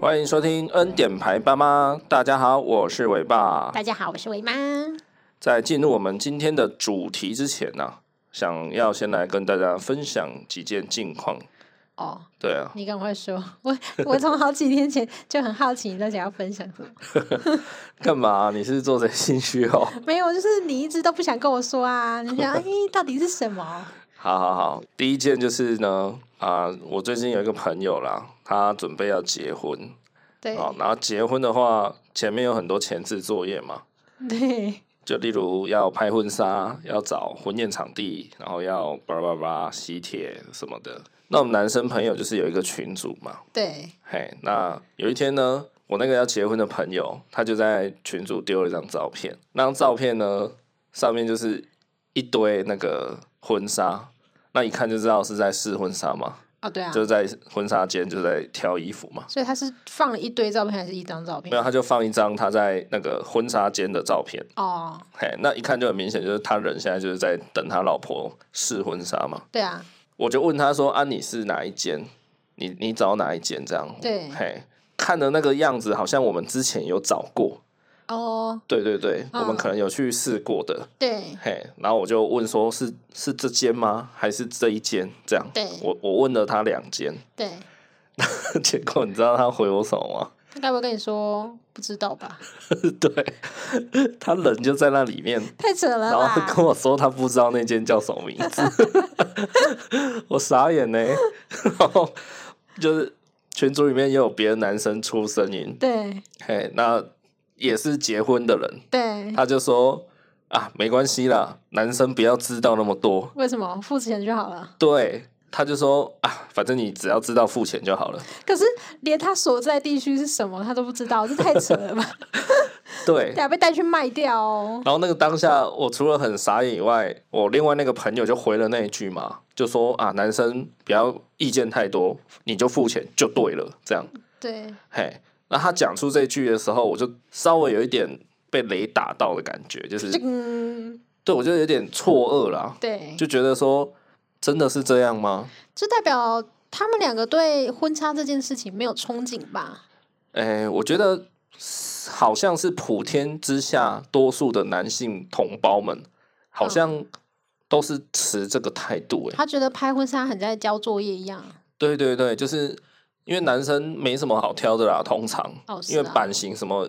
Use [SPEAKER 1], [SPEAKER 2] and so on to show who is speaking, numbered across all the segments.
[SPEAKER 1] 欢迎收听恩典牌爸妈，大家好，我是伟爸。
[SPEAKER 2] 大家好，我是维妈。
[SPEAKER 1] 在进入我们今天的主题之前呢、想要先来跟大家分享几件近况。
[SPEAKER 2] 哦，
[SPEAKER 1] 对啊，
[SPEAKER 2] 你赶快说， 我我从好几天前就很好奇你到底要分享 什么。
[SPEAKER 1] 干嘛、啊你是做贼心虚哦？
[SPEAKER 2] 没有，就是你一直都不想跟我说啊，你想，哎，到底是什么？
[SPEAKER 1] 好好好，第一件就是呢，啊、我最近有一个朋友啦，他准备要结婚
[SPEAKER 2] 对
[SPEAKER 1] 啊、然后结婚的话，前面有很多前置作业嘛，
[SPEAKER 2] 对，
[SPEAKER 1] 就例如要拍婚纱，要找婚宴场地，然后要叭叭叭喜帖什么的。那我们男生朋友就是有一个群组嘛，
[SPEAKER 2] 对，
[SPEAKER 1] 嘿，那有一天呢，我那个要结婚的朋友，他就在群组丢了一张照片，那张照片呢上面就是一堆那个婚纱，那一看就知道是在试婚纱嘛，
[SPEAKER 2] 哦，对啊，
[SPEAKER 1] 就是在婚纱间就在挑衣服嘛。
[SPEAKER 2] 所以他是放了一堆照片，还是一张照片
[SPEAKER 1] 没有，？他就放一张他在那个婚纱间的照片，
[SPEAKER 2] 哦，
[SPEAKER 1] 嘿，那一看就很明显，就是他人现在就是在等他老婆试婚纱嘛。
[SPEAKER 2] 对啊，
[SPEAKER 1] 我就问他说：“啊，你是哪一间？你你找哪一间？”这样，
[SPEAKER 2] 对
[SPEAKER 1] 嘿，看的那个样子，好像我们之前有找过，
[SPEAKER 2] 哦，
[SPEAKER 1] 对对对，
[SPEAKER 2] 嗯
[SPEAKER 1] 我们可能有去试过的，
[SPEAKER 2] 对，
[SPEAKER 1] 嘿，然后我就问说是是这间吗？还是这一间？这样，
[SPEAKER 2] 对
[SPEAKER 1] 我我问了他两间，
[SPEAKER 2] 对，
[SPEAKER 1] 结果你知道他回我什么吗？
[SPEAKER 2] 他该不会跟你说不知道吧？
[SPEAKER 1] 对，他人就在那里面，
[SPEAKER 2] 太扯了
[SPEAKER 1] 然后
[SPEAKER 2] 吧
[SPEAKER 1] 他！跟我说他不知道那间叫什么名字， 我傻眼呢、然后就是群组里面也有别的男生出声音，
[SPEAKER 2] 对
[SPEAKER 1] 嘿，那也是结婚的人，
[SPEAKER 2] 对，
[SPEAKER 1] 他就说啊，没关系啦，男生不要知道那么多。
[SPEAKER 2] 为什么付钱就好了？
[SPEAKER 1] 对，他就说啊，反正你只要知道付钱就好了。
[SPEAKER 2] 可是连他所在地区是什么他都不知道，这太扯了吧！
[SPEAKER 1] 对，
[SPEAKER 2] 等下被带去卖掉哦。
[SPEAKER 1] 然后那个当下，我除了很傻眼以外，我另外那个朋友就回了那一句嘛，就说啊，男生不要意见太多，你就付钱就对了，这样。
[SPEAKER 2] 对，
[SPEAKER 1] 嘿，那他讲出这句的时候，我就稍微有一点被雷打到的感觉，就是
[SPEAKER 2] 这嗯，
[SPEAKER 1] 对我就有点错愕啦，
[SPEAKER 2] 对，
[SPEAKER 1] 就觉得说真的是这样吗？
[SPEAKER 2] 就代表他们两个对婚纱这件事情没有憧憬吧？
[SPEAKER 1] 哎，我觉得好像是普天之下多数的男性同胞们，好像都是持这个态度、欸，
[SPEAKER 2] 他觉得拍婚纱很在交作业一样。
[SPEAKER 1] 对对对，就是因为男生没什么好挑的啦，通常，
[SPEAKER 2] 哦是
[SPEAKER 1] 因为
[SPEAKER 2] 啊
[SPEAKER 1] 版型什么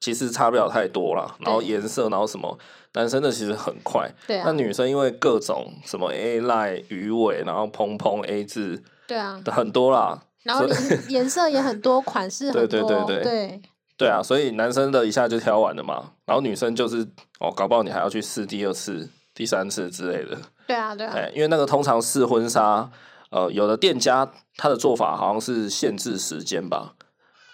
[SPEAKER 1] 其实差不了太多啦，然后
[SPEAKER 2] 对
[SPEAKER 1] 颜色，然后什么，男生的其实很快，
[SPEAKER 2] 对啊
[SPEAKER 1] 那，女生因为各种什么 A line 鱼尾，然后蓬蓬 A 字
[SPEAKER 2] 对啊，
[SPEAKER 1] 很多啦，
[SPEAKER 2] 然后颜颜色也很多，款式很多，
[SPEAKER 1] 对对对对
[SPEAKER 2] 对
[SPEAKER 1] 对啊，所以男生的一下就挑完了嘛，然后女生就是哦，搞不好你还要去试第二次、第三次之类的，
[SPEAKER 2] 对啊，对啊，
[SPEAKER 1] 哎，因为那个通常试婚纱，呃，有的店家他的做法好像是限制时间吧，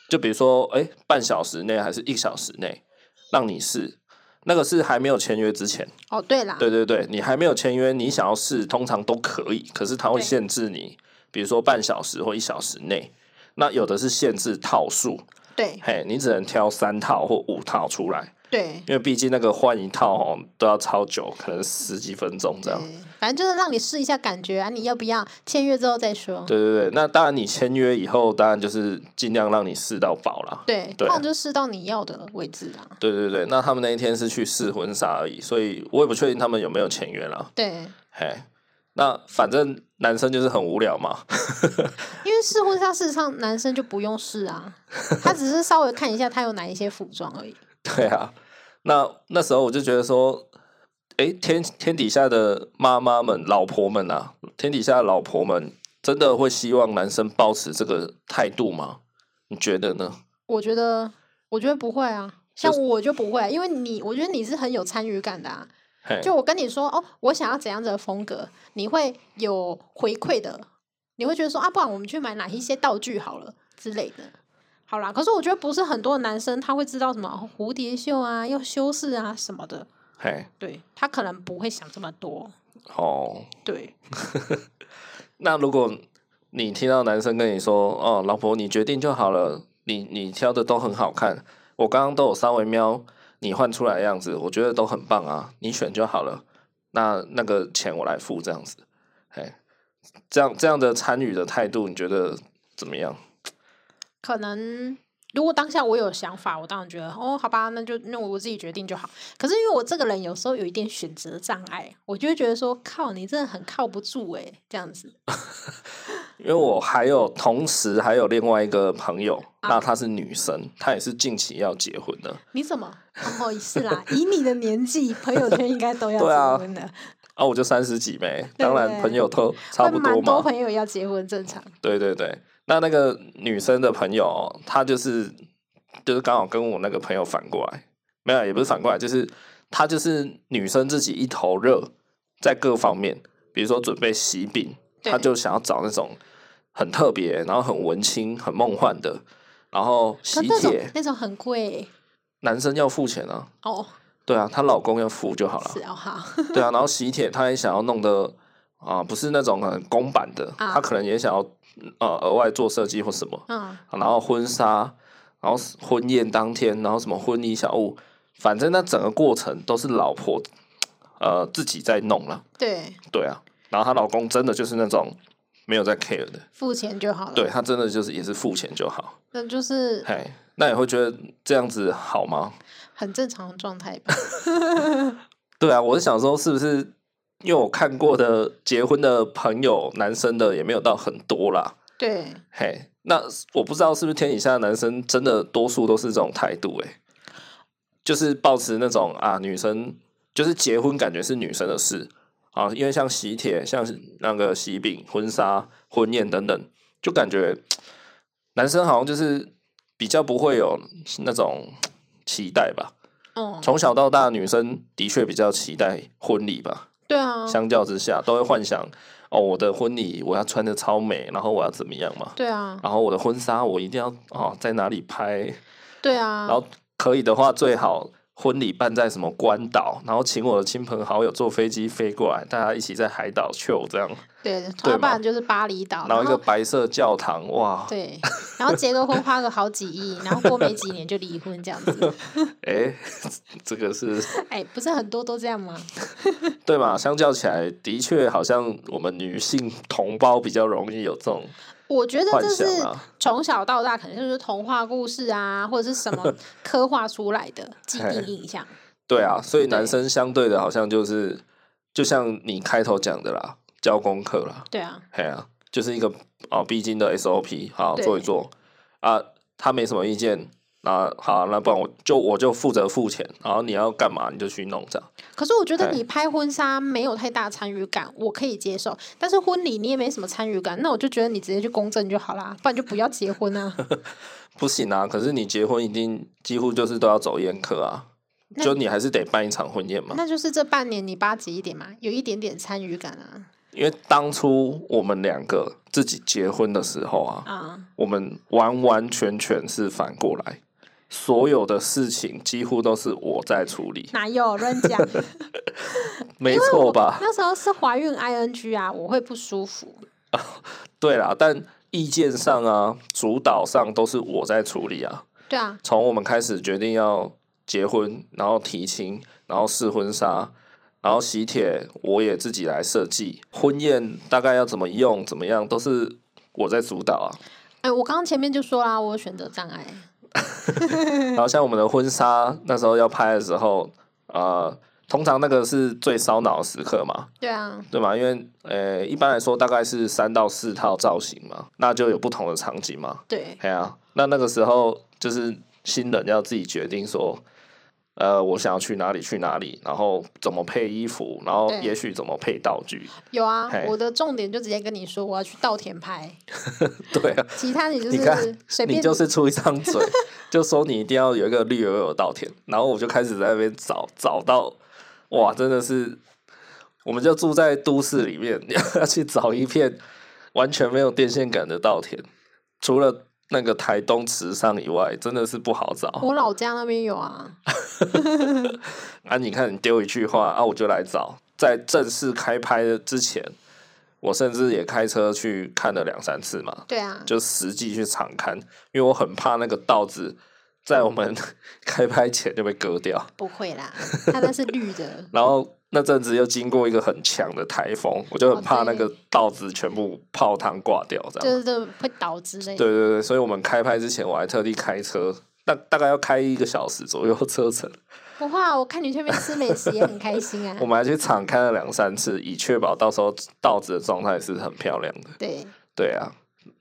[SPEAKER 1] 就比如说，哎、半小时内还是一小时内让你试，那个是还没有签约之前，
[SPEAKER 2] 哦对啦，
[SPEAKER 1] 对对对，你还没有签约，你想要试，通常都可以，可是他会
[SPEAKER 2] 对
[SPEAKER 1] 限制你，比如说半小时或一小时内。那有的是限制套数，
[SPEAKER 2] 对
[SPEAKER 1] 嘿，你只能挑三套或五套出来，
[SPEAKER 2] 对
[SPEAKER 1] 因为毕竟那个换一套哦都要超久，可能十几分钟这样。
[SPEAKER 2] 对，反正就是让你试一下感觉啊，你要不要签约之后再说。
[SPEAKER 1] 对对对，那当然你签约以后，当然就是尽量让你试到饱啦。
[SPEAKER 2] 对，
[SPEAKER 1] 对啊
[SPEAKER 2] 那我就试到你要的位置啦。
[SPEAKER 1] 对对对，那他们那一天是去试婚纱而已，所以我也不确定他们有没有签约啦。
[SPEAKER 2] 对，
[SPEAKER 1] 嘿，那反正男生就是很无聊嘛，
[SPEAKER 2] 因为试婚纱事实上男生就不用试啊，他只是稍微看一下他有哪一些服装而已。
[SPEAKER 1] 对啊。那那时候我就觉得说，诶，天天底下的妈妈们、老婆们啊，天底下的老婆们真的会希望男生保持这个态度吗？你觉得呢？
[SPEAKER 2] 我觉得，我觉得不会啊。像
[SPEAKER 1] 就是
[SPEAKER 2] 我就不会，啊因为你，我觉得你是很有参与感的啊。
[SPEAKER 1] 嘿，
[SPEAKER 2] 就我跟你说，哦，我想要怎样子的风格，你会有回馈的，你会觉得说啊，不然我们去买哪一些道具好了之类的。好啦，可是我觉得不是很多的男生他会知道什么哦蝴蝶袖啊，要修饰啊什么的，
[SPEAKER 1] 嘿，
[SPEAKER 2] 对他可能不会想这么多。
[SPEAKER 1] 哦，
[SPEAKER 2] 对，
[SPEAKER 1] 那如果你听到男生跟你说：“哦，老婆，你决定就好了，你你挑的都很好看，我刚刚都有稍微瞄你换出来的样子，我觉得都很棒啊，你选就好了。那那个钱我来付，这样子，哎，这样这样的参与的态度，你觉得怎么样？
[SPEAKER 2] 可能如果当下我有想法，我当然觉得哦，好吧，那就那我自己决定就好。可是因为我这个人有时候有一点选择障碍，我就会觉得说，靠，你真的很靠不住诶、这样子。
[SPEAKER 1] 因为我还有同时还有另外一个朋友，
[SPEAKER 2] 啊
[SPEAKER 1] 那她是女生，她也是近期要结婚的。
[SPEAKER 2] 你怎么？哦，是啦，以你的年纪，朋友圈应该都要
[SPEAKER 1] 对啊
[SPEAKER 2] 结婚的，
[SPEAKER 1] 啊，我就三十几呗，
[SPEAKER 2] 对
[SPEAKER 1] 当
[SPEAKER 2] 对
[SPEAKER 1] 然朋友都差
[SPEAKER 2] 会
[SPEAKER 1] 不
[SPEAKER 2] 蛮多
[SPEAKER 1] 嘛。
[SPEAKER 2] 朋友要结婚，正常。
[SPEAKER 1] 对对对，那那个女生的朋友哦，她就是就是刚好跟我那个朋友反过来，没有也不是反过来，就是她就是女生自己一头热，在各方面，比如说准备喜饼，
[SPEAKER 2] 对
[SPEAKER 1] 她就想要找那种很特别，然后很文青、很梦幻的，然后喜
[SPEAKER 2] 可那种
[SPEAKER 1] 帖，
[SPEAKER 2] 那种很贵欸、
[SPEAKER 1] 男生要付钱啊，
[SPEAKER 2] 哦，
[SPEAKER 1] 对啊，她老公要付就好了
[SPEAKER 2] 是。哦，好，
[SPEAKER 1] 对啊，然后喜帖他也想要弄的啊、不是那种很公版的，
[SPEAKER 2] 啊
[SPEAKER 1] 他可能也想要呃额外做设计或什么，
[SPEAKER 2] 嗯，
[SPEAKER 1] 然后婚纱，然后婚宴当天，然后什么婚礼小物，反正那整个过程都是老婆呃自己在弄了，
[SPEAKER 2] 对，
[SPEAKER 1] 对啊，然后她老公真的就是那种没有在 care 的，
[SPEAKER 2] 付钱就好了。
[SPEAKER 1] 对，他真的就是也是付钱就好，
[SPEAKER 2] 那就是
[SPEAKER 1] 嘿，那你会觉得这样子好吗？
[SPEAKER 2] 很正常的状态吧。
[SPEAKER 1] 对啊，我是想说，是不是因为我看过的结婚的朋友，男生的也没有到很多啦。
[SPEAKER 2] 对，
[SPEAKER 1] 嘿，那我不知道是不是天底下的男生真的多数都是这种态度、欸，就是抱持那种啊，女生就是结婚感觉是女生的事啊，因为像喜帖、像是那个喜饼、婚纱、婚宴等等，就感觉男生好像就是比较不会有那种期待吧。
[SPEAKER 2] 嗯，
[SPEAKER 1] 从小到大，女生的确比较期待婚礼吧。
[SPEAKER 2] 对啊，
[SPEAKER 1] 相较之下，都会幻想哦，我的婚礼我要穿的超美，然后我要怎么样嘛？
[SPEAKER 2] 对啊，
[SPEAKER 1] 然后我的婚纱我一定要哦，在哪里拍？
[SPEAKER 2] 对啊
[SPEAKER 1] 然，后可以的话，最好婚礼办在什么关岛，然后请我的亲朋好友坐飞机飞过来，大家一起在海岛秀这样。
[SPEAKER 2] 对，
[SPEAKER 1] 对
[SPEAKER 2] 要不
[SPEAKER 1] 嘛
[SPEAKER 2] 然就是巴厘岛，
[SPEAKER 1] 然后
[SPEAKER 2] 然
[SPEAKER 1] 一 个白色教堂，哇，
[SPEAKER 2] 对，然后结个婚花个好几亿，然后过没几年就离婚这样 子。
[SPEAKER 1] 哎，这个是
[SPEAKER 2] 哎，不是很多都这样吗？
[SPEAKER 1] 对嘛？相较起来，的确好像我们女性同胞比较容易有这种
[SPEAKER 2] 我觉得
[SPEAKER 1] 幻
[SPEAKER 2] 这是
[SPEAKER 1] 想啊。
[SPEAKER 2] 从小到大，可能就是童话故事啊，或者是什 么刻画出来的既
[SPEAKER 1] 嘿
[SPEAKER 2] 定印象。
[SPEAKER 1] 对啊，所以
[SPEAKER 2] 对
[SPEAKER 1] 男生相对的好像就是，就像你开头讲的啦，交功课啦，
[SPEAKER 2] 对啊，
[SPEAKER 1] 嘿啊，就是一个啊必经的 SOP，好
[SPEAKER 2] 对
[SPEAKER 1] 做一做啊，他没什么意见，那好，那不然我就我就负责付钱，然后你要干嘛你就去弄这样，
[SPEAKER 2] 可是我觉得
[SPEAKER 1] 嘿
[SPEAKER 2] 你拍婚纱没有太大参与感，我可以接受。但是婚礼你也没什么参与感，那我就觉得你直接去公证就好啦，不然就不要结婚啊。
[SPEAKER 1] 不行啊，可是你结婚一定几乎就是都要走宴客啊，
[SPEAKER 2] 那
[SPEAKER 1] 就你还是得办一场婚宴嘛，
[SPEAKER 2] 那就是这半年你巴结一点嘛，有一点点参与感啊
[SPEAKER 1] 因为当初我们两个自己结婚的时候啊，
[SPEAKER 2] 啊！
[SPEAKER 1] 我们完完全全是反过来，所有的事情几乎都是我在处理，
[SPEAKER 2] 哪有乱讲？
[SPEAKER 1] 没错吧？
[SPEAKER 2] 那时候是怀孕 ing 啊，我会不舒服。
[SPEAKER 1] 对啦，但意见上啊，主导上都是我在处理啊。
[SPEAKER 2] 对啊，
[SPEAKER 1] 从我们开始决定要结婚，然后提亲，然后试婚纱，然后喜帖，我也自己来设计，婚宴大概要怎么用，怎么样，都是我在主导啊。
[SPEAKER 2] 哎、我刚刚前面就说啦，我有选择障碍。
[SPEAKER 1] 然后像我们的婚纱那时候要拍的时候，呃，通常那个是最烧脑的时刻嘛，
[SPEAKER 2] 对啊，
[SPEAKER 1] 对嘛？因为呃，一般来说大概是三到四套造型嘛，那就有不同的场景嘛。
[SPEAKER 2] 对，
[SPEAKER 1] 哎呀、那那个时候就是新人要自己决定说，呃，我想要去哪里去哪里，然后怎么配衣服，然后
[SPEAKER 2] 对
[SPEAKER 1] 也许怎么配道具。
[SPEAKER 2] 有啊
[SPEAKER 1] 嘿，
[SPEAKER 2] 我的重点就直接跟你说，我要去稻田拍，
[SPEAKER 1] 对啊，
[SPEAKER 2] 其他你就
[SPEAKER 1] 你看
[SPEAKER 2] 是随，
[SPEAKER 1] 你
[SPEAKER 2] 便。
[SPEAKER 1] 就是出一张嘴，就说你一定要有一个绿油油的稻田，然后我就开始在那边找，找到哇，真的是，我们就住在都市里面， 要去找一片完全没有电线杆的稻田，除了那个台东池上以外，真的是不好找。
[SPEAKER 2] 我老家那边有啊，
[SPEAKER 1] 啊，你看你丢一句话啊，我就来找。在正式开拍的之前，我甚至也开车去看了两三次嘛，
[SPEAKER 2] 对啊，
[SPEAKER 1] 就实际去场看，因为我很怕那个稻子在我们 开拍前就被割掉，，
[SPEAKER 2] 不会啦，它那是绿的
[SPEAKER 1] 然后那阵子又经过一个很强的台风，我就很
[SPEAKER 2] 哦
[SPEAKER 1] 怕那
[SPEAKER 2] 对
[SPEAKER 1] 个稻子全部泡汤挂掉这样。
[SPEAKER 2] 就是这会倒之类的。
[SPEAKER 1] 对对对，所以我们开拍之前我还特地开车，大大概要开一个小时左右车程，
[SPEAKER 2] 不会啊，我看你去那边吃美食也很开心 啊
[SPEAKER 1] 我。们还去场看了两三次，以确保到时候稻子的状态是很漂亮的。
[SPEAKER 2] 对，
[SPEAKER 1] 对啊，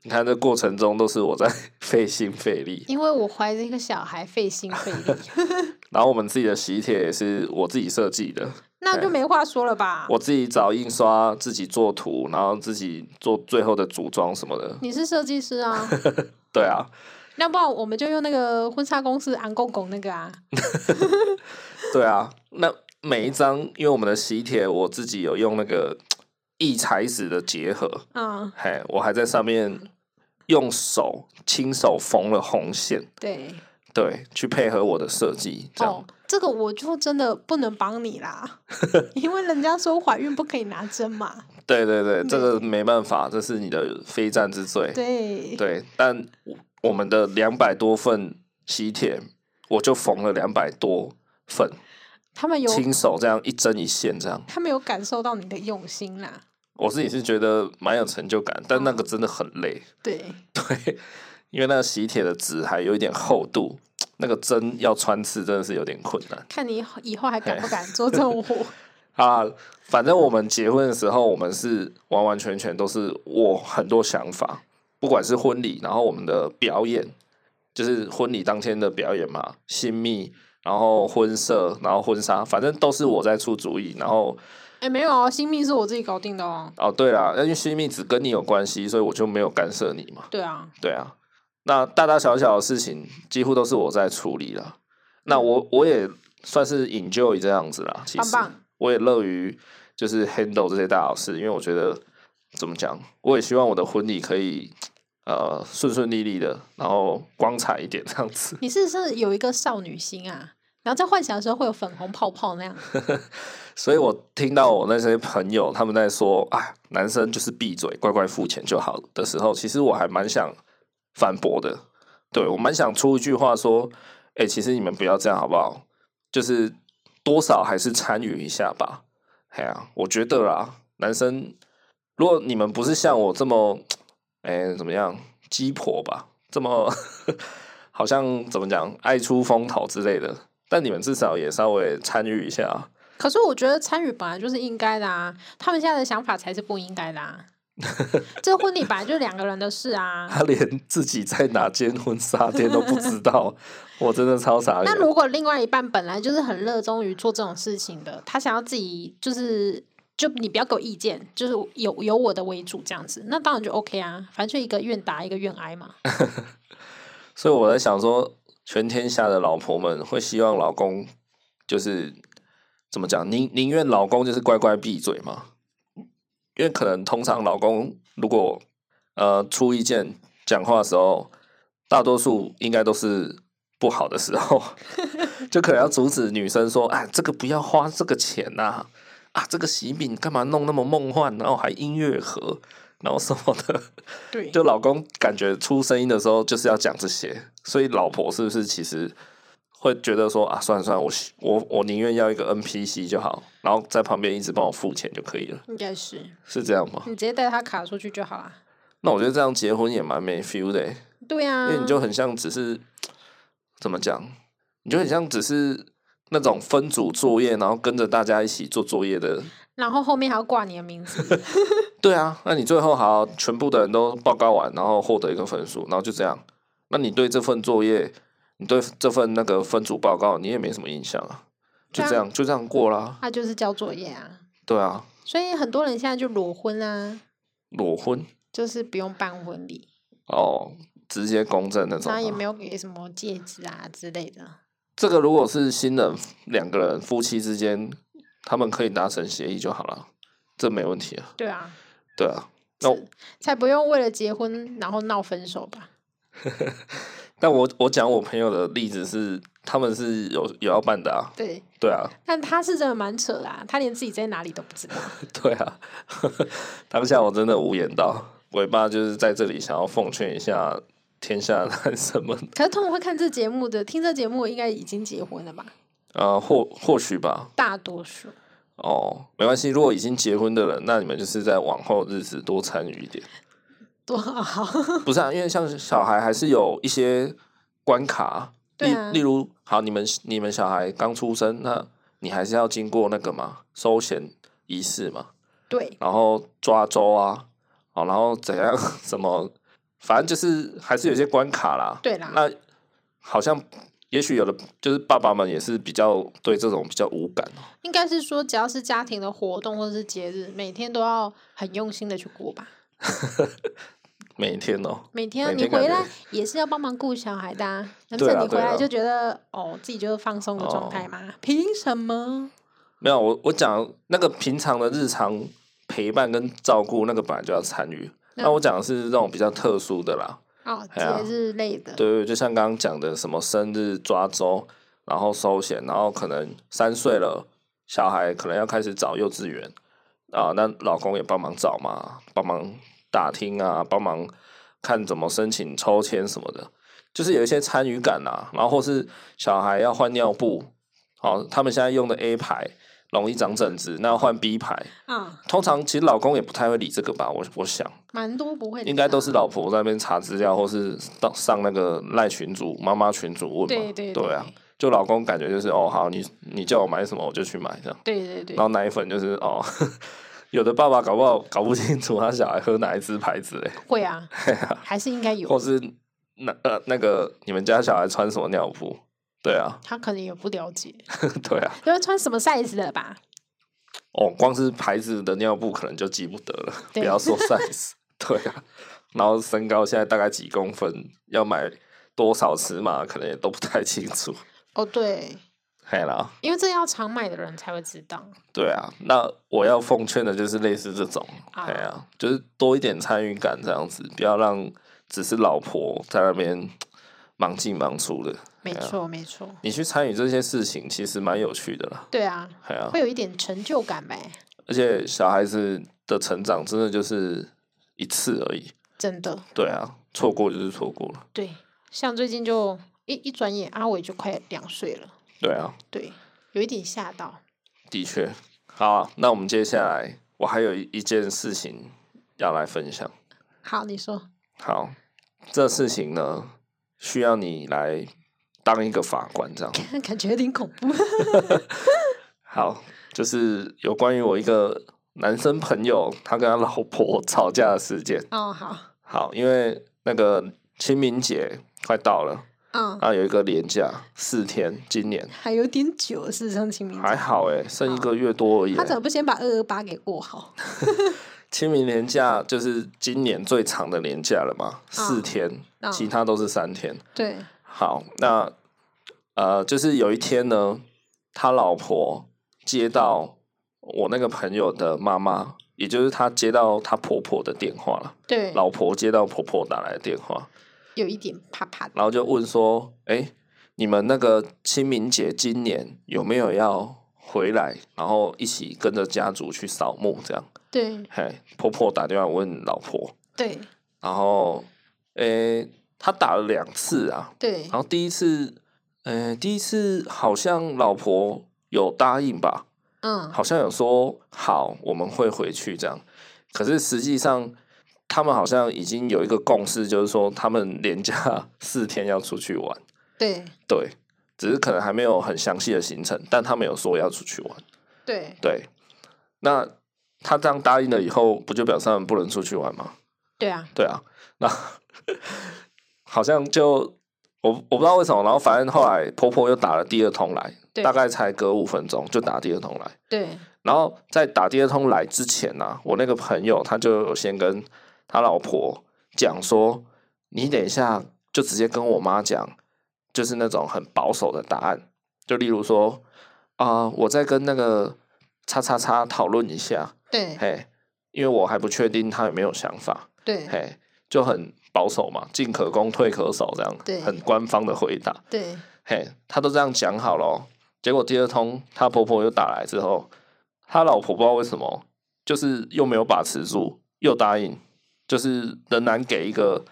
[SPEAKER 1] 你看这过程中都是我在费心费力，
[SPEAKER 2] 因为我怀着一个小孩，费心费 力，
[SPEAKER 1] 然后我们自己的喜帖也是我自己设计的，
[SPEAKER 2] 那就没话说了吧？
[SPEAKER 1] 我自己找印刷，自己做图，然后自己做最后的组装什么的。
[SPEAKER 2] 你是设计师啊，
[SPEAKER 1] 对啊，
[SPEAKER 2] 那不然我们就用那个婚纱公司昂公公那个啊。
[SPEAKER 1] 对啊，那每一张，因为我们的喜帖我自己有用那个异材质的结合，
[SPEAKER 2] 嗯，
[SPEAKER 1] 嘿，我还在上面用手亲手缝了红线，
[SPEAKER 2] 对，
[SPEAKER 1] 对，去配合我的设计，这样。
[SPEAKER 2] 哦，这个我就真的不能帮你 啦，因为人家说怀孕不可以拿针嘛。
[SPEAKER 1] 对对对，这
[SPEAKER 2] 对
[SPEAKER 1] 个没办法，这是你的非战之罪。
[SPEAKER 2] 对，
[SPEAKER 1] 对，但我我们的两百多份喜帖，我就缝了两百多份，
[SPEAKER 2] 他们有
[SPEAKER 1] 亲手这样一针一线这样。
[SPEAKER 2] 他们有感受到你的用心啦。
[SPEAKER 1] 我自己是觉得蛮有成就感，但那个真的很累，
[SPEAKER 2] 对，
[SPEAKER 1] 对，因为那个喜帖的纸还有一点厚度，那个针要穿刺真的是有点困难。
[SPEAKER 2] 看你以后还敢不敢做这种 活。
[SPEAKER 1] 啊，反正我们结婚的时候，我们是完完全全都是我很多想法，不管是婚礼，然后我们的表演，就是婚礼当天的表演嘛，新密，然后婚摄，然后婚纱，反正都是我在出主意。然后
[SPEAKER 2] 哎、没有哦，新密是我自己搞定的哦。
[SPEAKER 1] 哦，对啦，因为新密只跟你有关系，所以我就没有干涉你嘛。
[SPEAKER 2] 对啊，
[SPEAKER 1] 对啊，那大大小小的事情几乎都是我在处理了。那我我也算是 enjoy 这样子啦，其
[SPEAKER 2] 棒
[SPEAKER 1] 实
[SPEAKER 2] 棒
[SPEAKER 1] 我也乐于就是 handle 这些大小事，因为我觉得怎么讲，我也希望我的婚礼可以呃顺顺利利的，然后光彩一点这样子。
[SPEAKER 2] 你是不是有一个少女心啊？然后在幻想的时候会有粉红泡泡那样，
[SPEAKER 1] 所以我听到我那些朋友他们在说啊，男生就是闭嘴，乖乖付钱就好的时候，其实我还蛮想反驳的。对我蛮想出一句话说，哎、其实你们不要这样好不好？就是多少还是参与一下吧。哎呀、我觉得啦，男生如果你们不是像我这么，哎、怎么样，鸡婆吧，这么 好像怎么讲，爱出风头之类的，但你们至少也稍微参与一下啊。
[SPEAKER 2] 可是我觉得参与本来就是应该的啊，他们现在的想法才是不应该的 啊。这婚礼本来就是两个人的事啊。
[SPEAKER 1] 他连自己在哪间婚纱店都不知道，我真的超傻眼
[SPEAKER 2] 那。如果另外一半本来就是很热衷于做这种事情的，他想要自己就是就你不要给我意见，就是有有我的为主这样子，那当然就 OK 啊，反正就一个愿打一个愿挨嘛。
[SPEAKER 1] 所以我在想说，全天下的老婆们会希望老公就是怎么讲，宁宁愿老公就是乖乖闭嘴嘛？因为可能通常老公如果呃出意见讲话的时候，大多数应该都是不好的时候，就可能要阻止女生说：“哎，这个不要花这个钱呐、啊！这个喜饼干嘛弄那么梦幻，然后还音乐盒，然后什么的。”
[SPEAKER 2] 对
[SPEAKER 1] 就老公感觉出声音的时候就是要讲这些，所以老婆是不是其实会觉得说啊，算了算了，我喜我我宁愿要一个 NPC 就好，然后在旁边一直帮我付钱就可以了，
[SPEAKER 2] 应该是
[SPEAKER 1] 是这样吗？
[SPEAKER 2] 你直接带他卡出去就好啦。
[SPEAKER 1] 那我觉得这样结婚也蛮没 feel 的欸、
[SPEAKER 2] 对啊，
[SPEAKER 1] 因为你就很像只是怎么讲，你就很像只是那种分组作业，然后跟着大家一起做作业的。
[SPEAKER 2] 然后后面还要挂你的名字，
[SPEAKER 1] 对啊，那你最后好，全部的人都报告完，然后获得一个分数，然后就这样。那你对这份作业，你对这份那个分组报告，你也没什么印象啊，就
[SPEAKER 2] 对啊
[SPEAKER 1] 这样，就这样过啦。
[SPEAKER 2] 那就是交作业啊。
[SPEAKER 1] 对啊，
[SPEAKER 2] 所以很多人现在就裸婚啊，
[SPEAKER 1] 裸婚
[SPEAKER 2] 就是不用办婚礼，
[SPEAKER 1] 哦，直接公证那种
[SPEAKER 2] 然后也
[SPEAKER 1] 啊。
[SPEAKER 2] 没有给什么戒指啊之类的。
[SPEAKER 1] 这个如果是新人两个人夫妻之间，他们可以达成协议就好了，这没问题啊。
[SPEAKER 2] 对啊，
[SPEAKER 1] 对啊，那我
[SPEAKER 2] 才不用为了结婚然后闹分手吧？
[SPEAKER 1] 但我我讲我朋友的例子是，他们是有有要办的啊。
[SPEAKER 2] 对，
[SPEAKER 1] 对啊，
[SPEAKER 2] 但他是真的蛮扯啦、他连自己在哪里都不 知道。
[SPEAKER 1] 对啊， 当下我真的无言到。尾巴就是在这里想要奉劝一下天下男生们，
[SPEAKER 2] 可是他们会看这节目的，听这节目应该已经结婚了吧？
[SPEAKER 1] 呃，或或许吧，
[SPEAKER 2] 大多数。
[SPEAKER 1] 哦，没关系，如果已经结婚的人，那你们就是在往后日子多参与一点，
[SPEAKER 2] 多好！
[SPEAKER 1] 不是啊？因为像小孩还是有一些关卡，
[SPEAKER 2] 对啊
[SPEAKER 1] 例例如，好，你们你们小孩刚出生，那你还是要经过那个嘛，收钱仪式嘛，
[SPEAKER 2] 对，
[SPEAKER 1] 然后抓周啊，哦，然后怎样 什么，反正就是还是有些关卡啦。
[SPEAKER 2] 对啊啦
[SPEAKER 1] 那好像也许有的就是爸爸们也是比较对这种比较无感哦。
[SPEAKER 2] 应该是说只要是家庭的活动或者是节日，每天都要很用心的去过吧。
[SPEAKER 1] 每天哦，
[SPEAKER 2] 每天啊
[SPEAKER 1] 每
[SPEAKER 2] 你
[SPEAKER 1] 天
[SPEAKER 2] 回
[SPEAKER 1] 感
[SPEAKER 2] 来
[SPEAKER 1] 觉
[SPEAKER 2] 也是要帮忙顾小孩的、啊，难
[SPEAKER 1] 对
[SPEAKER 2] 道
[SPEAKER 1] 啊
[SPEAKER 2] 你回
[SPEAKER 1] 对
[SPEAKER 2] 来
[SPEAKER 1] 啊
[SPEAKER 2] 就觉得哦自己就是放松的状
[SPEAKER 1] 哦
[SPEAKER 2] 态吗？凭什么？
[SPEAKER 1] 没有我我讲那个平常的日常陪伴跟照顾，那个本来就要参与。那
[SPEAKER 2] 嗯
[SPEAKER 1] 我讲的是这种比较特殊的啦，
[SPEAKER 2] 哦，
[SPEAKER 1] 哎呀
[SPEAKER 2] 节日类的，
[SPEAKER 1] 对对，就像刚刚讲的什么生日抓周，然后收钱，然后可能三岁了，小孩可能要开始找幼稚园啊，那老公也帮忙找嘛，帮忙打听啊，帮忙看怎么申请抽签什么的，就是有一些参与感啦、然后或是小孩要换尿布，好、他们现在用的 A 牌容易长疹子，那要换 B 牌，
[SPEAKER 2] 啊，
[SPEAKER 1] 通常其实老公也不太会理这个吧，我我想。
[SPEAKER 2] 蛮多不会理
[SPEAKER 1] 应该
[SPEAKER 2] 的
[SPEAKER 1] 都是老婆在那边查资料，或是到上那个赖群主、妈妈群主问嘛。
[SPEAKER 2] 对对对
[SPEAKER 1] 啊，就老公感觉就是哦，好，你你叫我买什么我就去买这样。
[SPEAKER 2] 对对对
[SPEAKER 1] 然，后奶粉就是哦， 有的爸爸搞不好搞不清楚他小孩喝哪一支牌子嘞，
[SPEAKER 2] 会 啊，还是应该有
[SPEAKER 1] 哎或，是那呃那个你们家小孩穿什么尿布？对啊，
[SPEAKER 2] 他可能也不了解，
[SPEAKER 1] 对啊，
[SPEAKER 2] 因为穿什么 size 的吧？
[SPEAKER 1] 哦，光是牌子的尿布可能就记不得了，不
[SPEAKER 2] 对
[SPEAKER 1] 要 说 size，对啊，然后身高现在大概几公分，要买多少尺码可能也都不太清楚，
[SPEAKER 2] 哦，对，
[SPEAKER 1] 嘿啦，
[SPEAKER 2] 因为这要常买的人才会知道。
[SPEAKER 1] 对啊，那我要奉劝的就是类似这种，
[SPEAKER 2] 啊
[SPEAKER 1] 哎呀、就是多一点参与感这样子，不要让只是老婆在那边忙进忙出的，
[SPEAKER 2] 没错，没错，
[SPEAKER 1] 你去参与这些事情其实蛮有趣的啦，
[SPEAKER 2] 对啊，
[SPEAKER 1] 哎呀、
[SPEAKER 2] 会有一点成就感呗，
[SPEAKER 1] 而且小孩子的成长真的就是一次而已。
[SPEAKER 2] 真的。
[SPEAKER 1] 对啊，错过就是错过了。
[SPEAKER 2] 对，像最近就一一转眼，阿伟就快两岁了，
[SPEAKER 1] 对啊，
[SPEAKER 2] 对，有一点吓到。
[SPEAKER 1] 的确。好啊、那我们接下来我还有一一件事情要来分享。
[SPEAKER 2] 好，你说，
[SPEAKER 1] 好，这事情呢，需要你来当一个法官，这样。
[SPEAKER 2] 感觉有点恐怖。
[SPEAKER 1] 好，就是有关于我一个男生朋友，他跟他老婆吵架的事件。
[SPEAKER 2] 哦，好，
[SPEAKER 1] 好，因为那个清明节快到了，
[SPEAKER 2] 嗯，
[SPEAKER 1] 啊，有一个连假四天，今年
[SPEAKER 2] 还有点久，事实上清明节
[SPEAKER 1] 还好诶、剩一个月多而已、欸
[SPEAKER 2] 他怎么不先把二二八给过好？
[SPEAKER 1] 清明年假就是今年最长的年假了嘛，四天，
[SPEAKER 2] 嗯
[SPEAKER 1] 其他都是三天。
[SPEAKER 2] 对，
[SPEAKER 1] 好，那呃，就是有一天呢，他老婆接到我那个朋友的妈妈，也就是他接到他婆婆的电话了，
[SPEAKER 2] 对，
[SPEAKER 1] 老婆接到婆婆打来的电话，
[SPEAKER 2] 有一点怕怕的。
[SPEAKER 1] 然后就问说：“哎、你们那个清明节今年有没有要回来，然后一起跟着家族去扫墓这样？”
[SPEAKER 2] 对
[SPEAKER 1] 嘿，婆婆打电话问老婆，
[SPEAKER 2] 对
[SPEAKER 1] 然后，诶、他打了两次啊。
[SPEAKER 2] 对
[SPEAKER 1] 然，后第一次，诶、第一次好像老婆有答应吧，
[SPEAKER 2] 嗯，
[SPEAKER 1] 好像有说好，我们会回去这样。可是实际上，他们好像已经有一个共识，就是说他们连假四天要出去玩，
[SPEAKER 2] 对
[SPEAKER 1] 对，只是可能还没有很详细的行程，但他们有说要出去玩，
[SPEAKER 2] 对
[SPEAKER 1] 对。那他这样答应了以后，不就表示他们不能出去玩吗？
[SPEAKER 2] 对啊，
[SPEAKER 1] 对啊， 那好像就我我不知道为什么，然后反正后来婆婆又打了第二通来，
[SPEAKER 2] 对
[SPEAKER 1] 大概才隔五分钟就打第二通来。
[SPEAKER 2] 对
[SPEAKER 1] 然后在打第二通来之前呢、我那个朋友他就有先跟他老婆讲说，你等一下就直接跟我妈讲，就是那种很保守的答案，就例如说啊、我再跟那个叉叉叉讨论一下，
[SPEAKER 2] 对
[SPEAKER 1] 嘿，因为我还不确定他有没有想法。
[SPEAKER 2] 对
[SPEAKER 1] 嘿，就很保守嘛，进可攻退可守这样，
[SPEAKER 2] 对
[SPEAKER 1] 很官方的回答，
[SPEAKER 2] 对，
[SPEAKER 1] 嘿，他都这样讲好了哦、结果第二通他婆婆又打来之后，他老婆不知道为什么，就是又没有把持住，又答应，就是仍然给一个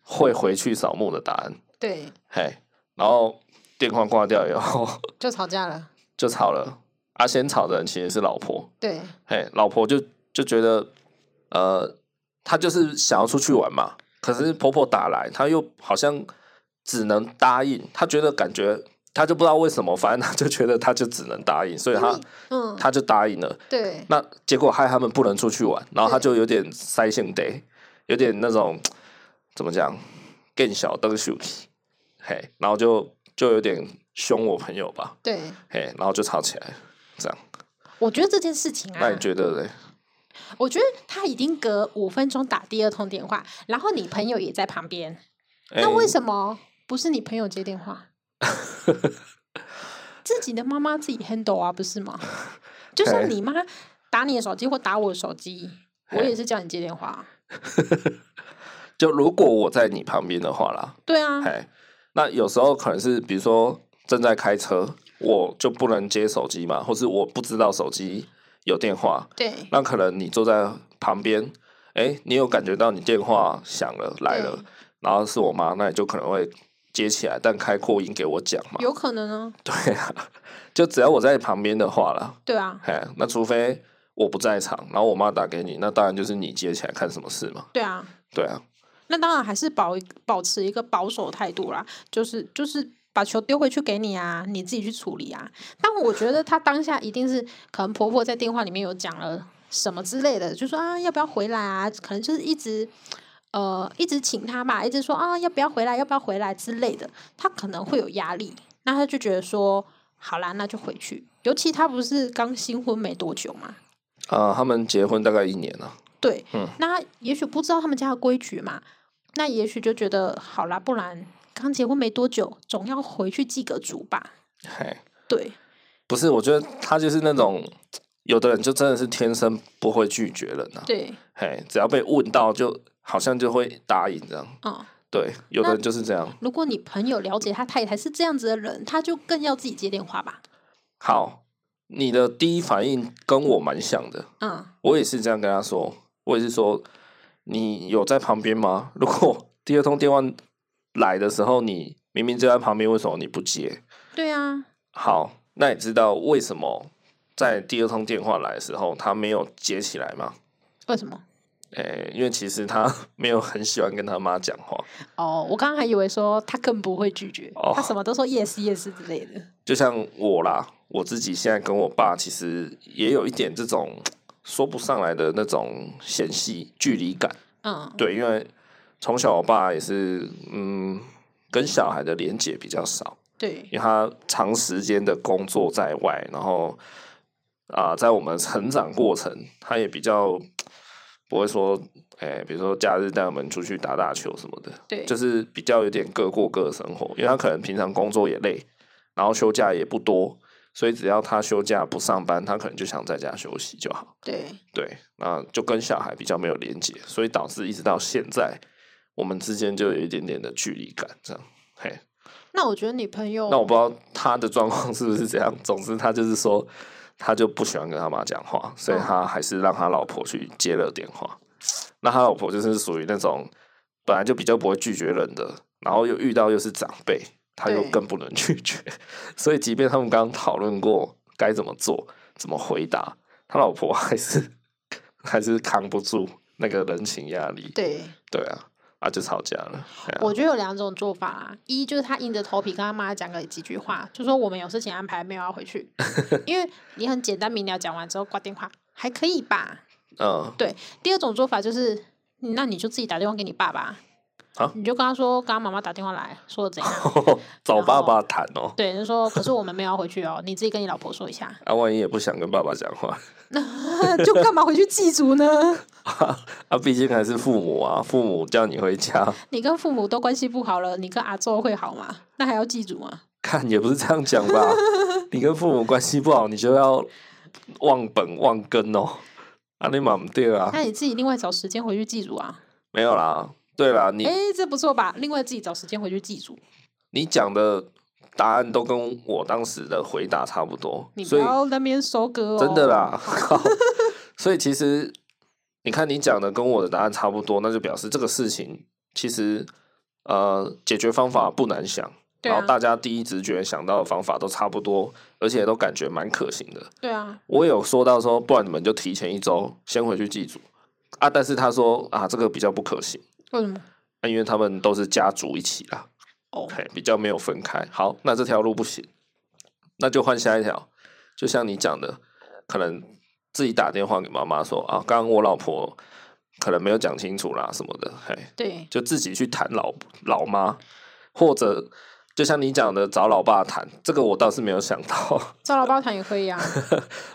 [SPEAKER 1] 会回去扫墓的答案，
[SPEAKER 2] 对，
[SPEAKER 1] 嘿，然后电话挂掉以后
[SPEAKER 2] 就吵架了，
[SPEAKER 1] 就吵了，啊，先吵的人其实是老婆，
[SPEAKER 2] 对
[SPEAKER 1] 嘿，老婆就就觉得，呃，她就是想要出去玩嘛，可是婆婆打来，她又好像只能答应，她觉得感觉。她就不知道为什么，反正她就觉得她就只能答应，所以她
[SPEAKER 2] 嗯，
[SPEAKER 1] 她就答应了。
[SPEAKER 2] 对
[SPEAKER 1] 那结果害他们不能出去玩，然后他
[SPEAKER 2] 对
[SPEAKER 1] 就有点塞性得，有点那种怎么讲，更小灯手气，嘿，然后就就有点凶我朋友吧，
[SPEAKER 2] 对，
[SPEAKER 1] 嘿，然后就吵起来了，这样。
[SPEAKER 2] 我觉得这件事情啊
[SPEAKER 1] 那，你觉得嘞？
[SPEAKER 2] 我觉得他已经隔五分钟打第二通电话，然后你朋友也在旁边，那为
[SPEAKER 1] 么？
[SPEAKER 2] 什么不是你朋友接 电话？自己的妈妈自己 handle 啊，不是吗？就
[SPEAKER 1] 哎
[SPEAKER 2] 像你妈打你的手机或打我的手机，我
[SPEAKER 1] 哎
[SPEAKER 2] 也是叫你接电话啊。
[SPEAKER 1] 就如果我在你旁边的话啦，
[SPEAKER 2] 对啊，
[SPEAKER 1] 嘿，那有时候可能是比如说正在开车，我就不能接手机嘛，或是我不知道手机有电话，
[SPEAKER 2] 对
[SPEAKER 1] 那可能你坐在旁边，哎、你有感觉到你电话响了来了
[SPEAKER 2] 对，
[SPEAKER 1] 然后是我妈，那你就可能会接起来，但开扩音给我讲嘛。
[SPEAKER 2] 有可能啊，
[SPEAKER 1] 对啊，就只要我在旁边的话啦，
[SPEAKER 2] 对啊，
[SPEAKER 1] 哎，那除非我不在场，然后我妈打给你，那当然就是你接起来看什么事嘛。
[SPEAKER 2] 对啊。
[SPEAKER 1] 对啊，
[SPEAKER 2] 那当然还是保保持一个保守态度啦，就是就是把球丢回去给你啊，你自己去处理啊。但我觉得她当下一定是可能婆婆在电话里面有讲了什么之类的，就说啊要不要回来啊，可能就是一直。呃，一直请她吧，一直说啊，要不要回来，要不要回来之类的，她可能会有压力，那她就觉得说，好啦，那就回去。尤其她不是刚新婚没多久嘛，
[SPEAKER 1] 啊、他们结婚大概一年了，
[SPEAKER 2] 对，
[SPEAKER 1] 嗯
[SPEAKER 2] 那也许不知道他们家的规矩嘛，那也许就觉得好啦，不然刚结婚没多久，总要回去祭个祖吧。
[SPEAKER 1] 嘿，
[SPEAKER 2] 对，
[SPEAKER 1] 不是，我觉得他就是那种，有的人就真的是天生不会拒绝人啊，
[SPEAKER 2] 对，
[SPEAKER 1] 嘿，只要被问到就好像就会答应这样，
[SPEAKER 2] 嗯，
[SPEAKER 1] 对，有的
[SPEAKER 2] 那
[SPEAKER 1] 人就是这样。
[SPEAKER 2] 如果你朋友了解他太太是这样子的人，他就更要自己接电话吧。
[SPEAKER 1] 好，你的第一反应跟我蛮像的，
[SPEAKER 2] 嗯，
[SPEAKER 1] 我也是这样跟他说，我也是说，你有在旁边吗？ 如果第二通电话来的时候，你明明就在旁边，为什么你不接？
[SPEAKER 2] 对啊，
[SPEAKER 1] 好，那你知道为什么在第二通电话来的时候他没有接起来吗？
[SPEAKER 2] 为什么？
[SPEAKER 1] 诶、欸因为其实他 没有很喜欢跟他妈讲话，
[SPEAKER 2] 哦，我刚刚还以为说他更不会拒绝，
[SPEAKER 1] 哦
[SPEAKER 2] 他什么都说 yes yes 之类的。
[SPEAKER 1] 就像我啦，我自己现在跟我爸其实也有一点这种说不上来的那种嫌隙距离感。
[SPEAKER 2] 嗯，
[SPEAKER 1] 对，因为从小我爸也是，嗯，跟小孩的连接比较少，
[SPEAKER 2] 对
[SPEAKER 1] 因为他长时间的工作在外，然后啊、在我们成长过程，他也比较不会说，哎、比如说假日带我们出去打打球什么的，
[SPEAKER 2] 对，
[SPEAKER 1] 就是比较有点各过各的生活，因为他可能平常工作也累，然后休假也不多，所以只要他休假不上班，他可能就想在家休息就好。
[SPEAKER 2] 对
[SPEAKER 1] 对，那就跟小孩比较没有连接，所以导致一直到现在，我们之间就有一点点的距离感，这样。嘿，
[SPEAKER 2] 那我觉得你朋友，
[SPEAKER 1] 那我不知道他的状况是不是这样，总之他就是说，他就不喜欢跟他妈讲话，所以
[SPEAKER 2] 嗯
[SPEAKER 1] 他还是让他老婆去接了电话。那他老婆就是属于那种本来就比较不会拒绝人的，然后又遇到又是长辈，他又
[SPEAKER 2] 对
[SPEAKER 1] 更不能 拒绝，所以即便他们刚刚讨论过该怎么做、怎么回答，他老婆还是还是扛不住那个人情压力。
[SPEAKER 2] 对，
[SPEAKER 1] 对啊，啊就吵架了。哎呀
[SPEAKER 2] 我觉得有两种做法啦，一就是他硬着头皮跟他妈讲个几句话，就说我们有事情安排，没有要回 去，因为你很简单明了讲完之后挂电话，还可以吧？
[SPEAKER 1] 嗯，
[SPEAKER 2] 第二种做法就是，那你就自己打电话给你爸爸，
[SPEAKER 1] 啊
[SPEAKER 2] 你就跟他说，刚刚妈妈打电话来说怎样，
[SPEAKER 1] 找
[SPEAKER 2] 然
[SPEAKER 1] 爸
[SPEAKER 2] 后
[SPEAKER 1] 爸谈哦、，
[SPEAKER 2] 对，就说可是我们没有要回去哦，你自己跟你老婆说一下
[SPEAKER 1] 啊，万一也不想跟爸爸讲话，
[SPEAKER 2] 就干嘛回去祭祖呢？
[SPEAKER 1] 啊，毕竟还是父母啊，父母叫你回家，
[SPEAKER 2] 你跟父母都关系不好了，你跟阿周会好吗？那还要祭祖吗？
[SPEAKER 1] 看也不是这样讲 吧？你跟父母关系不好，你就要忘本忘根哦。啊，你嘛不对啊，
[SPEAKER 2] 那你自己另外找时间回去祭祖啊。
[SPEAKER 1] 没有啦，对啦，你
[SPEAKER 2] 哎、这不错吧？另外自己找时间回去祭祖。
[SPEAKER 1] 你讲的答案都跟我当时的回答差不多
[SPEAKER 2] 你，不
[SPEAKER 1] 所以
[SPEAKER 2] 要那边收割哦。
[SPEAKER 1] 真的，啦， 靠所以其实你看你讲的跟我的答案差不多，那就表示这个事情其实呃，解决方法不难想，
[SPEAKER 2] 对
[SPEAKER 1] 然后
[SPEAKER 2] 啊，
[SPEAKER 1] 大家第一直觉想到的方法都差不多，而且都感觉蛮可行的。
[SPEAKER 2] 对啊，
[SPEAKER 1] 我有说到说，不然你们就提前一周先回去祭祖啊，但是他说啊，这个比较不可行，
[SPEAKER 2] 为什么？
[SPEAKER 1] 啊因为他们都是家族一起啦，
[SPEAKER 2] 哦，
[SPEAKER 1] 嘿，比较没有分开。好，那这条路不行，那就换下一条。就像你讲的，可能自己打电话给妈妈说啊，刚刚我老婆可能没有讲清楚啦什么的，嘿，
[SPEAKER 2] 对
[SPEAKER 1] 就自己去谈老老妈，或者就像你讲的找老爸谈，这个我倒是没有想到，
[SPEAKER 2] 找老爸谈也可以啊，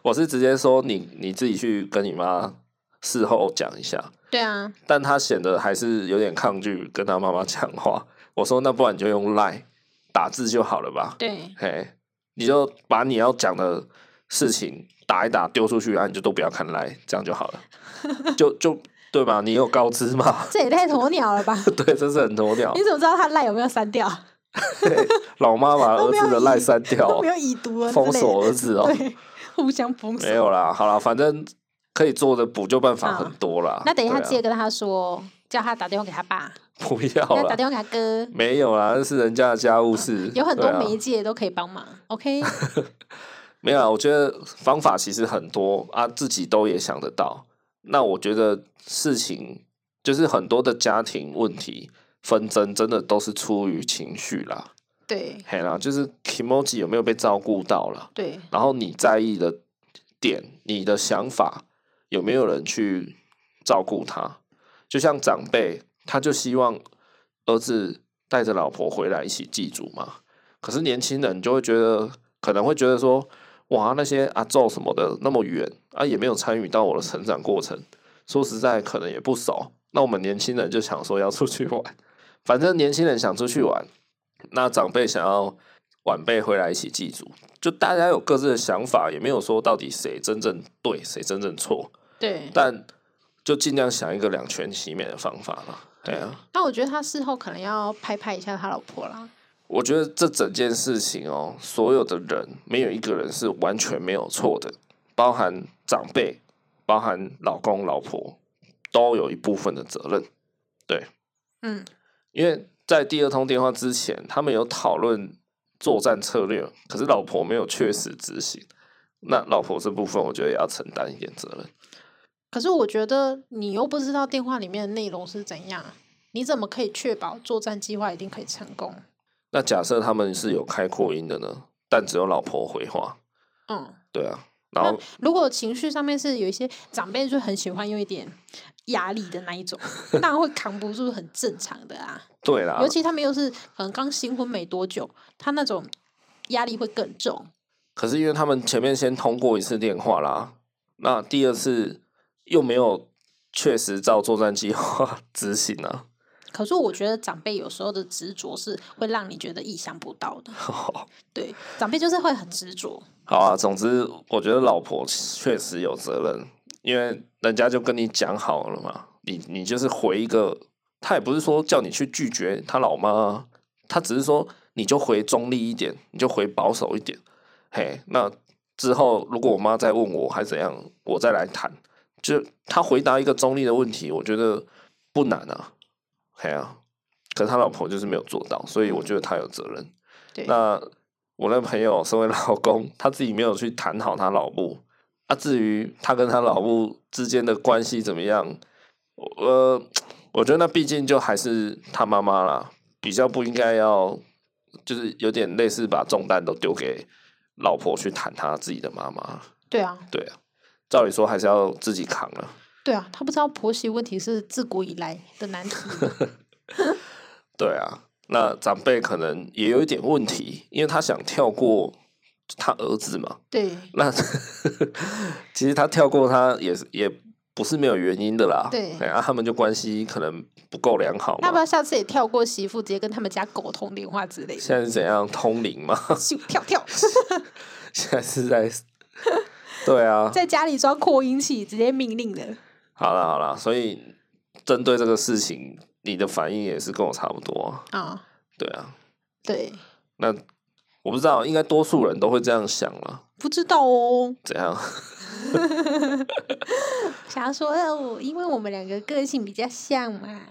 [SPEAKER 1] 我是直接说你你自己去跟你妈事后讲一下，
[SPEAKER 2] 对啊，
[SPEAKER 1] 但他显得还是有点抗拒跟他妈妈讲话。我说那不然你就用 Line 打字就好了吧，
[SPEAKER 2] 对
[SPEAKER 1] 嘿，你就把你要讲的事情打一打丢出去，然、啊、后你就都不要看 Line，这样就好了，就就对吧？你有告知嘛？
[SPEAKER 2] 这也太鸵鸟了吧？
[SPEAKER 1] 对，真是很鸵鸟
[SPEAKER 2] 你。怎么知道他赖有没有删掉？
[SPEAKER 1] 老妈把儿子的赖删掉
[SPEAKER 2] 都，没有已读啊了之类
[SPEAKER 1] 封
[SPEAKER 2] 的，
[SPEAKER 1] 锁儿子哦，
[SPEAKER 2] 对，互相封 锁。
[SPEAKER 1] 没有啦，好啦，反正可以做的补救办法很多啦。
[SPEAKER 2] 啊那等一下
[SPEAKER 1] 对啊
[SPEAKER 2] 记得跟他说，叫他打电话给他爸，
[SPEAKER 1] 不要
[SPEAKER 2] 要打
[SPEAKER 1] 啦，
[SPEAKER 2] 电话给他哥，
[SPEAKER 1] 没有啦，那是人家的家务事，
[SPEAKER 2] 有很
[SPEAKER 1] 对
[SPEAKER 2] 多
[SPEAKER 1] 啊
[SPEAKER 2] 媒介都可以帮忙。OK，
[SPEAKER 1] 没有啦，啊我觉得方法其实很多啊，自己都也想得到。那我觉得事情就是很多的家庭问题纷争，真的都是出于情绪啦，
[SPEAKER 2] 对
[SPEAKER 1] 嘿啦，就是 emoji 有没有被照顾到啦，
[SPEAKER 2] 对
[SPEAKER 1] 然后你在意的点，你的想法有没有人去照顾他？就像长辈，他就希望儿子带着老婆回来一起祭祖嘛。可是年轻人就会觉得，可能会觉得说，哇，那些阿昼什么的那么远啊，也没有参与到我的成长过程。说实在，可能也不熟。那我们年轻人就想说要出去玩， 反正年轻人想出去玩，那长辈想要晚辈回来一起祭祖，就大家有各自的想法，也没有说到底谁真正对，谁真正错，
[SPEAKER 2] 对。
[SPEAKER 1] 但就尽量想一个两全其美的方法嘛。对啊，
[SPEAKER 2] 那我觉得他事后可能要拍拍一下他老婆啦。
[SPEAKER 1] 我觉得这整件事情哦，所有的人没有一个人是完全没有错的，包含长辈，包含老公老婆，都有一部分的责任。
[SPEAKER 2] 嗯，
[SPEAKER 1] 因为在第二通电话之前，他们有讨论作战策略，可是老婆没有确实执行。那老婆这部分，我觉得也要承担一点责任。
[SPEAKER 2] 可是我觉得你又不知道电话里面的内容是怎样，你怎么可以确保作战计划一定可以成功？
[SPEAKER 1] 那假设他们是有开扩音的呢，但只有老婆回话，
[SPEAKER 2] 嗯，
[SPEAKER 1] 对啊，然后
[SPEAKER 2] 如果情绪上面是有一些长辈就很喜欢用一点压力的那一种，那会扛不住，很正常的啊。
[SPEAKER 1] 对啦
[SPEAKER 2] 尤，其他们又是可能刚新婚没多久，他那种压力会更重。
[SPEAKER 1] 可是因为他们前面先通过一次电话啦，那第二次又没有确实照作战计划执行啊，
[SPEAKER 2] 可是我觉得长辈有时候的执着是会让你觉得意想不到的。对，长辈就是会很执着。
[SPEAKER 1] 好啊，总之我觉得老婆确实有责任，因为人家就跟你讲好了嘛，你你就是回一个，他也不是说叫你去拒绝他老妈啊，他只是说你就回中立一点，你就回保守一点，嘿，那之后如果我妈再问我还怎样，我再来谈，就他回答一个中立的问题，我觉得不难啊，嘿啊，可是他老婆就是没有做到，所以我觉得他有责任。
[SPEAKER 2] 对，
[SPEAKER 1] 那我那朋友身为老公，他自己没有去谈好他老母。啊，至于他跟他老母之间的关系怎么样，我呃，我觉得那毕竟就还是他妈妈啦，比较不应该要，就是有点类似把重担都丢给老婆去谈他自己的妈妈。
[SPEAKER 2] 对啊，
[SPEAKER 1] 对啊，照理说还是要自己扛了。
[SPEAKER 2] 对啊，他不知道婆媳问题是自古以来的难题。
[SPEAKER 1] 对啊，那长辈可能也有一点问题，因为他想跳过他儿子嘛，
[SPEAKER 2] 对，
[SPEAKER 1] 那 其实他跳过他也是也不是没有原因的啦。
[SPEAKER 2] 对
[SPEAKER 1] 哎啊，他们就关系可能不够良好
[SPEAKER 2] 要不要
[SPEAKER 1] 嘛。
[SPEAKER 2] 下次也跳过媳妇，直接跟他们家狗通电话之类的？
[SPEAKER 1] 现在是怎样通灵嘛？
[SPEAKER 2] 咻跳跳，
[SPEAKER 1] 现在是 在对啊，
[SPEAKER 2] 在家里装扩音器，直接命令的。
[SPEAKER 1] 好啦好啦，所以针对这个事情，你的反应也是跟我差不多啊。
[SPEAKER 2] 啊、
[SPEAKER 1] 对啊，
[SPEAKER 2] 对，
[SPEAKER 1] 那我不知道，应该多数人都会这样想了。
[SPEAKER 2] 不知道哦。
[SPEAKER 1] 怎样？
[SPEAKER 2] 哦想要说，呃，我因为我们两个个性比较像嘛，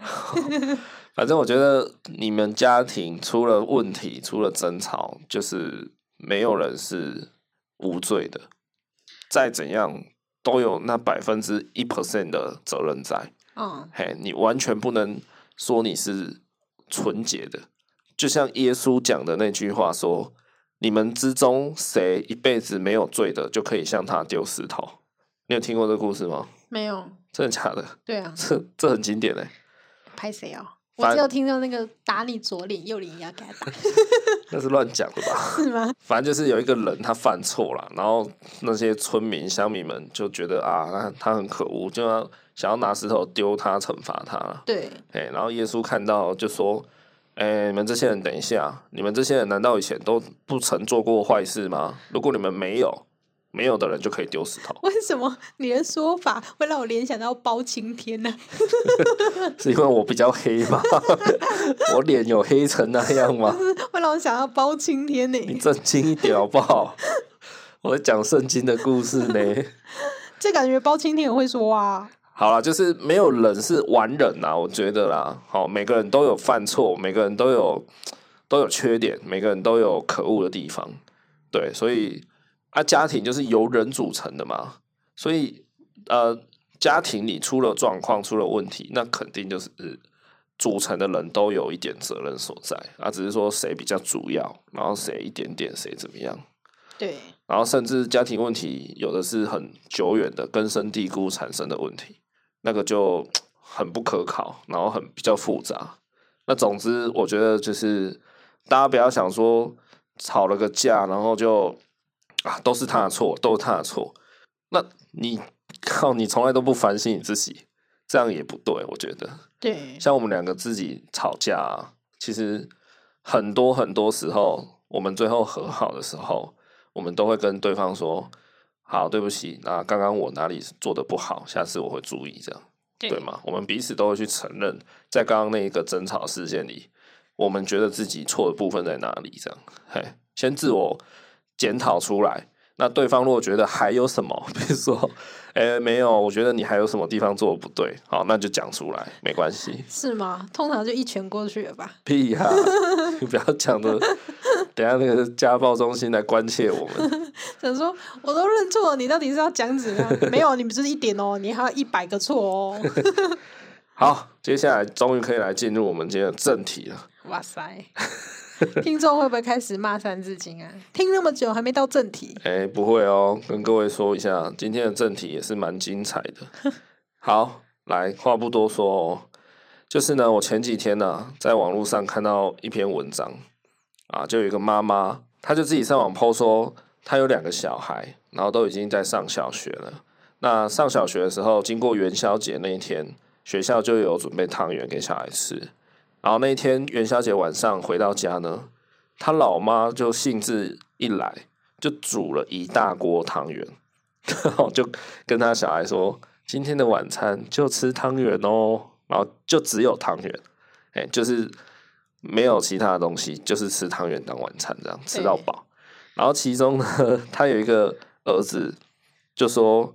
[SPEAKER 1] 反正我觉得你们家庭出了问题，出了争吵，就是没有人是无罪的，再怎样都有那百分之一 percent 的责任在。
[SPEAKER 2] 嗯，
[SPEAKER 1] 嘿，你完全不能说你是纯洁的。就像耶稣讲的那句话说：“你们之中谁一辈子没有罪的，就可以向他丢石头。”你有听过这故事吗？
[SPEAKER 2] 没有，
[SPEAKER 1] 真的假的？
[SPEAKER 2] 对啊，
[SPEAKER 1] 这这很经典嘞、
[SPEAKER 2] 拍谁啊？我
[SPEAKER 1] 反
[SPEAKER 2] 只有听到那个打你左脸右脸也要给他打，
[SPEAKER 1] 那是乱讲的吧？
[SPEAKER 2] 是吗？
[SPEAKER 1] 反正就是有一个人他犯错了，然后那些村民乡民们就觉得啊，他他很可恶，就要想要拿石头丢他，惩罚他啦
[SPEAKER 2] 对，，
[SPEAKER 1] 哎、然后耶稣看到就说：“哎、你们这些人等一下，你们这些人难道以前都不曾做过坏事吗？如果你们没有，没有的人就可以丢石头
[SPEAKER 2] 为什么你的说法会让我联想到包青天呢、
[SPEAKER 1] 是因为我比较黑吗？ 我脸有黑成那样吗？
[SPEAKER 2] 会让我想到包青天呢、
[SPEAKER 1] 你正经一点好不好？ 我在讲圣经的故事呢。”
[SPEAKER 2] 这感觉包青天很会说啊。
[SPEAKER 1] 好啦，就是没有人是完人啦，我觉得啦，好，每个人都有犯错，每个人都有都有缺点，每个人都有可恶的地方，对，所以啊，家庭就是由人组成的嘛，所以呃，家庭里出了状况，出了问题，那肯定就是组成的人都有一点责任所在啊，只是说谁比较主要，然后谁一点点，谁怎么样。
[SPEAKER 2] 对，
[SPEAKER 1] 然后甚至家庭问题有的是很久远的、根深蒂固产生的问题，那个就很不可考，然后很比较复杂。那总之，我觉得就是大家不要想说吵了个架，然后就啊都是他的错，都是他的错。那你靠，你从来都不反省你自己，这样也不对，我觉得。
[SPEAKER 2] 对，
[SPEAKER 1] 像我们两个自己吵架、啊，其实很多很多时候，我们最后和好的时候，我们都会跟对方说：“好，对不起，那刚刚我哪里做的不好，下次我会注意。”这样
[SPEAKER 2] 对
[SPEAKER 1] 对吗？我们彼此都会去承认，在刚刚那一个争吵事件里，我们觉得自己错的部分在哪里？这样，嘿，先自我检讨出来。那对方如果觉得还有什么， 比如说，哎、没有，我觉得你还有什么地方做的不对，好，那就讲出来，没关系。
[SPEAKER 2] 是吗？通常就一拳过去了吧？
[SPEAKER 1] 屁呀、 你不要讲的，等一下那个家暴中心来关切我们。
[SPEAKER 2] 想说我都认错了，你到底是要讲怎样？ 没有，你们就是一点哦，你还有一百个错 哦。
[SPEAKER 1] 好，接下来终于可以来进入我们今天的正题了。
[SPEAKER 2] 哇塞，听众会不会开始骂三字经啊？听那么久还没到正题，
[SPEAKER 1] 哎、不会哦，跟各位说一下，今天的正题也是蛮精彩的。好，来，话不多说哦，就是呢，我前几天呢、在网络上看到一篇文章，啊，就有一个妈妈，她就自己上网 PO 说，她有两个小孩，然后都已经在上小学了。那上小学的时候，经过元宵节那一天，学校就有准备汤圆给小孩吃。然后那一天元宵节晚上回到家呢，她老妈就兴致一来，就煮了一大锅汤圆，然后就跟他小孩说：“今天的晚餐就吃汤圆哦。”然后就只有汤圆，哎、就是没有其他的东西，就是吃汤圆当晚餐，这样吃到饱。然后其中呢，他有一个儿子就说：“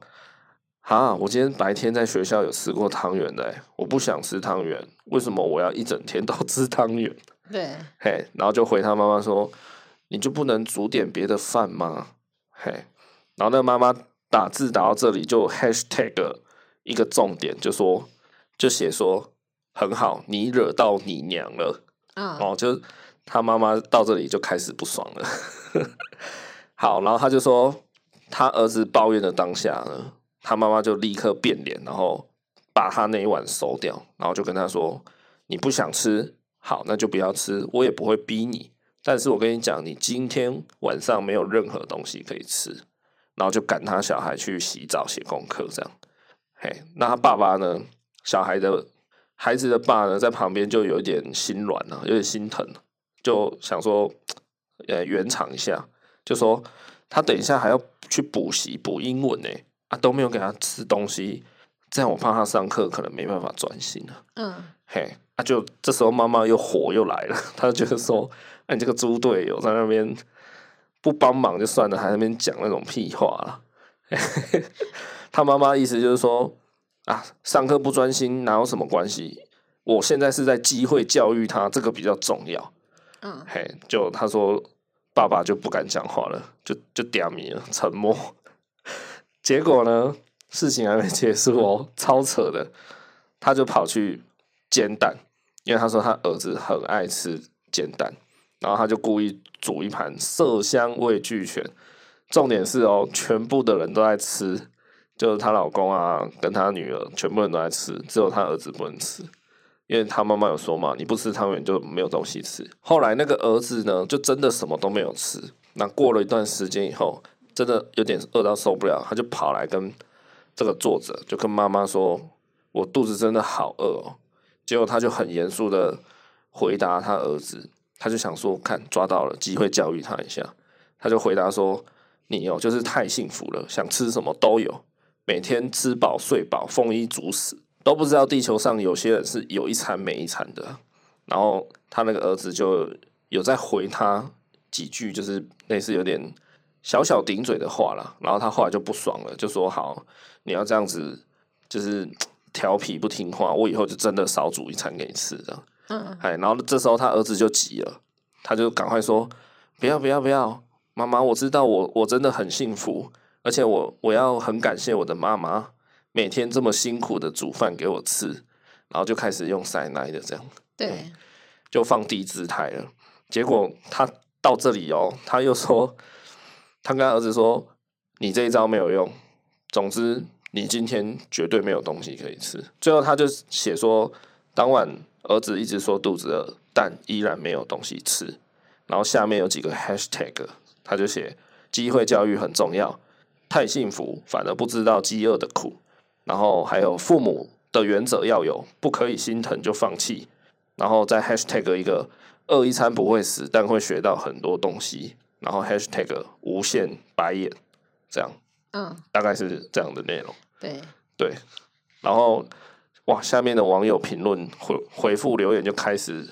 [SPEAKER 1] 啊，我今天白天在学校有吃过汤圆的、欸，我不想吃汤圆，为什么我要一整天都吃汤圆？”
[SPEAKER 2] 对，
[SPEAKER 1] 嘿，然后就回他妈妈说：“你就不能煮点别的饭吗？”嘿，然后那个妈妈打字打到这里就 hashtag 一个重点，就说就写说很好，你惹到你娘了。
[SPEAKER 2] 啊、
[SPEAKER 1] 哦，就是他妈妈到这里就开始不爽了。 好，然后他就说，他儿子抱怨的当下呢，他妈妈就立刻变脸，然后把他那一碗收掉，然后就跟他说：“你不想吃，好，那就不要吃，我也不会逼你。但是我跟你讲，你今天晚上没有任何东西可以吃。”然后就赶他小孩去洗澡、写功课这样。嘿，那他爸爸呢？小孩的孩子的爸呢，在旁边就有一点心软了、有点心疼，就想说，呃，圆场一下，就说他等一下还要去补习补英文呢，啊，都没有给他吃东西，这样我怕他上课可能没办法专心啊。
[SPEAKER 2] 嗯，
[SPEAKER 1] 嘿，啊就这时候妈妈又火又来了，她就觉得说，哎、你这个猪队友在那边不帮忙就算了，还在那边讲那种屁话 啦。他妈妈意思就是说啊，上课不专心哪有什么关系？我现在是在机会教育他，这个比较重要。
[SPEAKER 2] 嗯，
[SPEAKER 1] 嘿，就他说爸爸就不敢讲话了，就就嗲米了，沉默。结果呢，事情还没结束哦，超扯的，他就跑去煎蛋，因为他说他儿子很爱吃煎蛋，然后他就故意煮一盘色香味俱全，重点是哦，全部的人都在吃。就是她老公啊，跟她女儿，全部人都在吃，只有她儿子不能吃。因为他妈妈有说嘛，你不吃汤圆就没有东西吃。后来那个儿子呢，就真的什么都没有吃。那过了一段时间以后，真的有点饿到受不了，他就跑来跟这个作者，就跟妈妈说：“我肚子真的好饿哦。”结果他就很严肃的回答他儿子，他就想说：“看抓到了机会教育他一下。”他就回答说：“你哦，就是太幸福了，想吃什么都有，每天吃饱睡饱，丰衣足食。”都不知道地球上有些人是有一餐没一餐的。然后他那个儿子就有在回他几句，就是类似有点小小顶嘴的话啦。然后他后来就不爽了，就说：“好，你要这样子，就是调皮不听话，我以后就真的少煮一餐给你吃。”这样，
[SPEAKER 2] 嗯，
[SPEAKER 1] 哎，然后这时候他儿子就急了，他就赶快说：“不要，不要，不要，妈妈，我知道我我真的很幸福，而且我我要很感谢我的妈妈，每天这么辛苦的煮饭给我吃。”然后就开始用塞奶的这样。
[SPEAKER 2] 对，
[SPEAKER 1] 就放低姿态了。结果他到这里哦，他又说，他跟他儿子说：“你这一招没有用，总之你今天绝对没有东西可以吃。”最后他就写说，当晚儿子一直说肚子饿，但依然没有东西吃。然后下面有几个 hashtag，他就写机会教育很重要，太幸福反而不知道饥饿的苦。然后还有父母的原则要有，不可以心疼就放弃。然后再 hashtag 一个饿一餐不会死，但会学到很多东西，然后 hashtag 无限白眼，这样
[SPEAKER 2] 嗯，
[SPEAKER 1] 大概是这样的内容。
[SPEAKER 2] 对，
[SPEAKER 1] 对，然后哇，下面的网友评论回回复留言就开始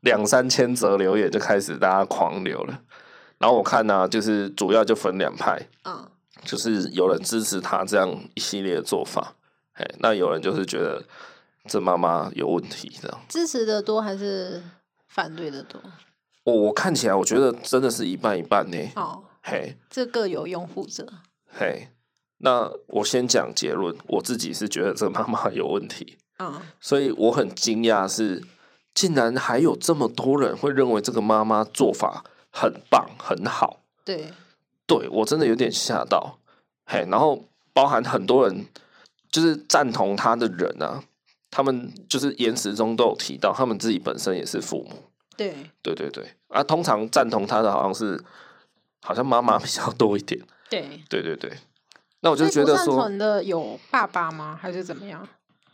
[SPEAKER 1] 两三千则留言就开始大家狂流了。然后我看呢、就是主要就分两派，
[SPEAKER 2] 嗯，
[SPEAKER 1] 就是有人支持他这样一系列的做法，哎，那有人就是觉得这妈妈有问题这样。
[SPEAKER 2] 支持的多还是反对的多？
[SPEAKER 1] 我我看起来，我觉得真的是一半一半呢、
[SPEAKER 2] 哦，
[SPEAKER 1] 嘿，
[SPEAKER 2] 这各有拥护者。
[SPEAKER 1] 嘿，那我先讲结论，我自己是觉得这个妈妈有问题，
[SPEAKER 2] 嗯，
[SPEAKER 1] 所以我很惊讶是，竟然还有这么多人会认为这个妈妈做法很棒很好，
[SPEAKER 2] 对，
[SPEAKER 1] 对我真的有点吓到，嘿，然后包含很多人就是赞同她的人啊，他们就是言辞中都有提到，他们自己本身也是父母，
[SPEAKER 2] 对，
[SPEAKER 1] 对对对，啊，通常赞同他的好像是好像妈妈比较多一点。
[SPEAKER 2] 对。
[SPEAKER 1] 对对对，那我就
[SPEAKER 2] 所以
[SPEAKER 1] 觉
[SPEAKER 2] 不
[SPEAKER 1] 得
[SPEAKER 2] 赞
[SPEAKER 1] 说，
[SPEAKER 2] 成的有爸爸吗？还是怎么样？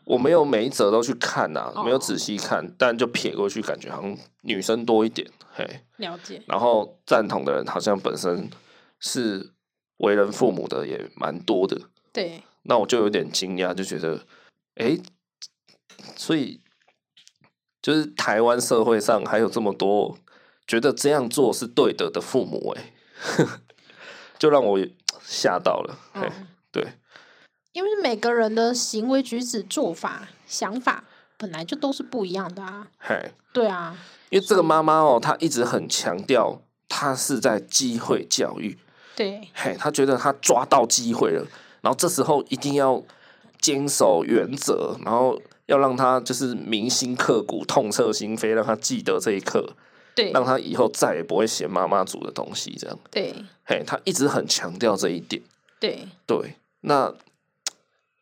[SPEAKER 1] 我没有每一则都去看呐、
[SPEAKER 2] 哦
[SPEAKER 1] 没有仔细看，但就撇过去，感觉好像女生多一点，嘿。
[SPEAKER 2] 了解。
[SPEAKER 1] 然后赞同的人好像本身是为人父母的也蛮多的，
[SPEAKER 2] 对，
[SPEAKER 1] 那我就有点惊讶，就觉得，诶，所以就是台湾社会上还有这么多觉得这样做是对的的父母、诶， 就让我吓到了。嘿
[SPEAKER 2] 嗯，
[SPEAKER 1] 对
[SPEAKER 2] 因为每个人的行为举止、做法、想法本来就都是不一样的啊。
[SPEAKER 1] 嘿，
[SPEAKER 2] 对啊，
[SPEAKER 1] 因为这个妈妈哦，她一直很强调，她是在机会教育，
[SPEAKER 2] 对，
[SPEAKER 1] 嘿，她觉得她抓到机会了，然后这时候一定要坚守原则，然后要让她就是铭心刻骨、痛彻心扉，让她记得这一刻，
[SPEAKER 2] 对，
[SPEAKER 1] 让她以后再也不会嫌妈妈煮的东西这样。
[SPEAKER 2] 对，
[SPEAKER 1] 嘿，她一直很强调这一点。
[SPEAKER 2] 对，
[SPEAKER 1] 对，那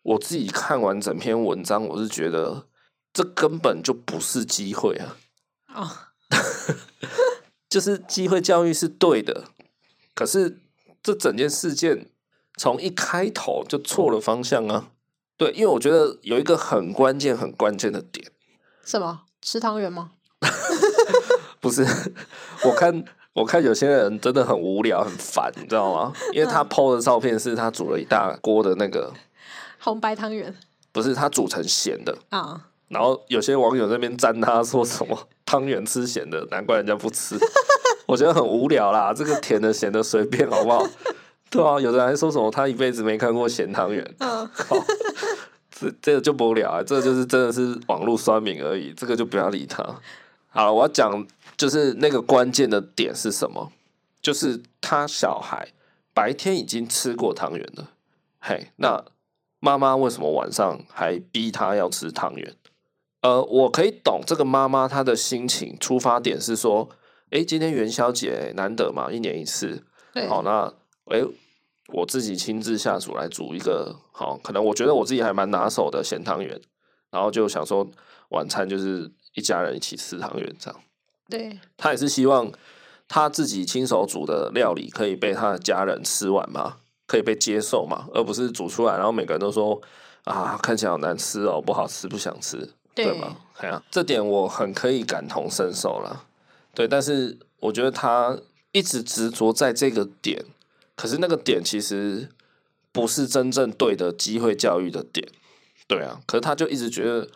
[SPEAKER 1] 我自己看完整篇文章，我是觉得这根本就不是机会啊。
[SPEAKER 2] 哦，
[SPEAKER 1] 就是机会教育是对的，可是这整件事件从一开头就错了方向啊。对，因为我觉得有一个很关键、很关键的点，
[SPEAKER 2] 什么吃汤圆吗？
[SPEAKER 1] 不是 我看我看有些人真的很无聊、很烦，你知道吗？因为他 PO 的照片是他煮了一大锅的那个，
[SPEAKER 2] 红白汤圆
[SPEAKER 1] 不是他煮成咸的，
[SPEAKER 2] 啊，
[SPEAKER 1] 然后有些网友在那边赞他说什么汤圆吃咸的，难怪人家不吃。 我觉得很无聊啦，这个甜的咸的随便 好不好？对啊，有人还说什么他一辈子没看过咸汤圆，
[SPEAKER 2] 嗯，
[SPEAKER 1] 靠，这这个就不聊啊，这个就是真的是网络酸民而已，这个就不要理他。好，我要讲就是那个关键的点是什么？就是他小孩白天已经吃过汤圆了，嘿，那妈妈为什么晚上还逼他要吃汤圆？呃，我可以懂这个妈妈她的心情，出发点是说，诶，今天元宵节难得嘛，一年一次，
[SPEAKER 2] 对，
[SPEAKER 1] 好，那诶、我自己亲自下厨来煮一个好，可能我觉得我自己还蛮拿手的咸汤圆，然后就想说晚餐就是一家人一起吃汤圆这样。
[SPEAKER 2] 对，
[SPEAKER 1] 他也是希望他自己亲手煮的料理可以被他的家人吃完嘛，可以被接受嘛，而不是煮出来然后每个人都说啊看起来好难吃哦，不好吃，不想吃，
[SPEAKER 2] 对
[SPEAKER 1] 对吗？哎呀、这点我很可以感同身受啦。对，但是我觉得他一直执着在这个点，可是那个点其实不是真正对的机会教育的点。对啊，可是他就一直觉得，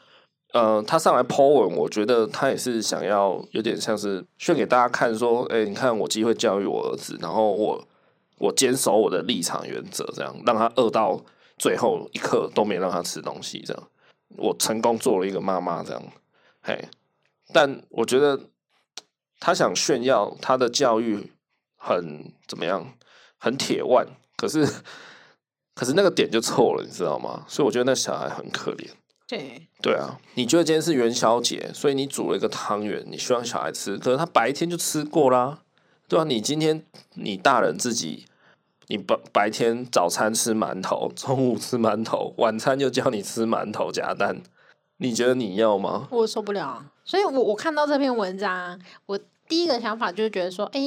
[SPEAKER 1] 呃，他上来 Po 文，我觉得他也是想要有点像是炫给大家看，说，哎、你看我机会教育我儿子，然后我我坚守我的立场原则，这样让他饿到最后一刻都没让他吃东西，这样我成功做了一个妈妈，这样，嘿，但我觉得他想炫耀他的教育很怎么样，很铁腕，可是可是那个点就错了，你知道吗？所以我觉得那小孩很可怜。
[SPEAKER 2] 对，
[SPEAKER 1] 对啊，你觉得今天是元宵节，所以你煮了一个汤圆，你希望小孩吃，可是他白天就吃过啦，对啊，你今天你大人自己，你白白天早餐吃馒头，中午吃馒头，晚餐就叫你吃馒头加蛋，你觉得你要吗？
[SPEAKER 2] 我受不了啊。所以我我看到这篇文章，我第一个想法就是觉得说，哎，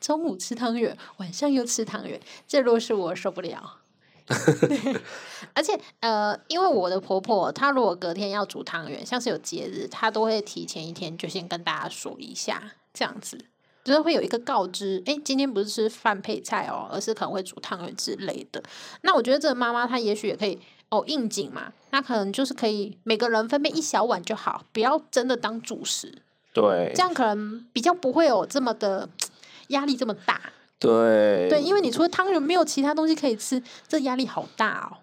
[SPEAKER 2] 中午吃汤圆，晚上又吃汤圆，这若是我受不了。 而且呃，因为我的婆婆她如果隔天要煮汤圆，像是有节日，她都会提前一天就先跟大家说一下，这样子就是会有一个告知，哎，今天不是吃饭配菜哦，而是可能会煮汤圆之类的。那我觉得这个妈妈她也许也可以哦，应景嘛，那可能就是可以每个人分配一小碗就好，不要真的当主食，
[SPEAKER 1] 对
[SPEAKER 2] 这，样可能比较不会有这么的压力这么大。
[SPEAKER 1] 对，
[SPEAKER 2] 对，因为你除了汤圆没有其他东西可以吃，这压力好大哦。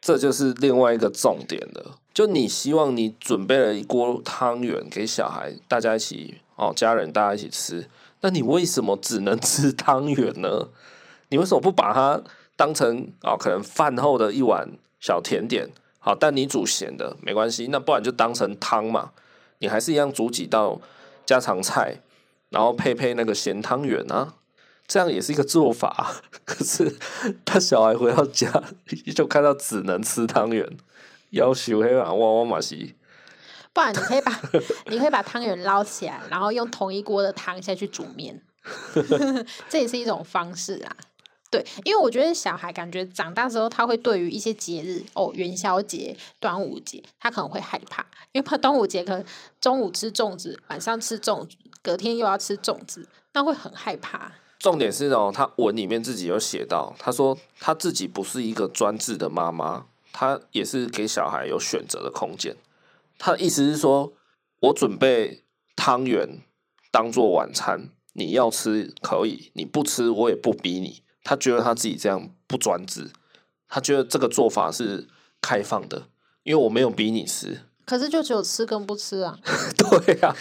[SPEAKER 1] 这就是另外一个重点了。就你希望你准备了一锅汤圆给小孩，大家一起哦，家人大家一起吃，那你为什么只能吃汤圆呢？你为什么不把它当成哦，可能饭后的一碗小甜点？好，但你煮咸的没关系，那不然就当成汤嘛，你还是一样煮几道家常菜，然后配配那个咸汤圆啊，这样也是一个做法啊。 可是他小孩回到家 就看到只能吃汤圆，要求黑马哇哇马西，
[SPEAKER 2] 不然你可以把 你可以把汤圆捞起来，然后用同一锅的汤下去煮面， 这也是一种方式啊。对，因为我觉得小孩感觉长大之后，他会对于一些节日，哦，元宵节、端午节，他可能会害怕，因为怕端午节可能中午吃粽子，晚上吃粽子，隔天又要吃粽子，那会很害怕。
[SPEAKER 1] 重点是哦，他文里面自己有写到，他说他自己不是一个专制的妈妈，他也是给小孩有选择的空间。他的意思是说，我准备汤圆当做晚餐，你要吃可以，你不吃我也不逼你。他觉得他自己这样不专制，他觉得这个做法是开放的，因为我没有逼你吃。
[SPEAKER 2] 可是就只有吃跟不吃啊，
[SPEAKER 1] 对呀、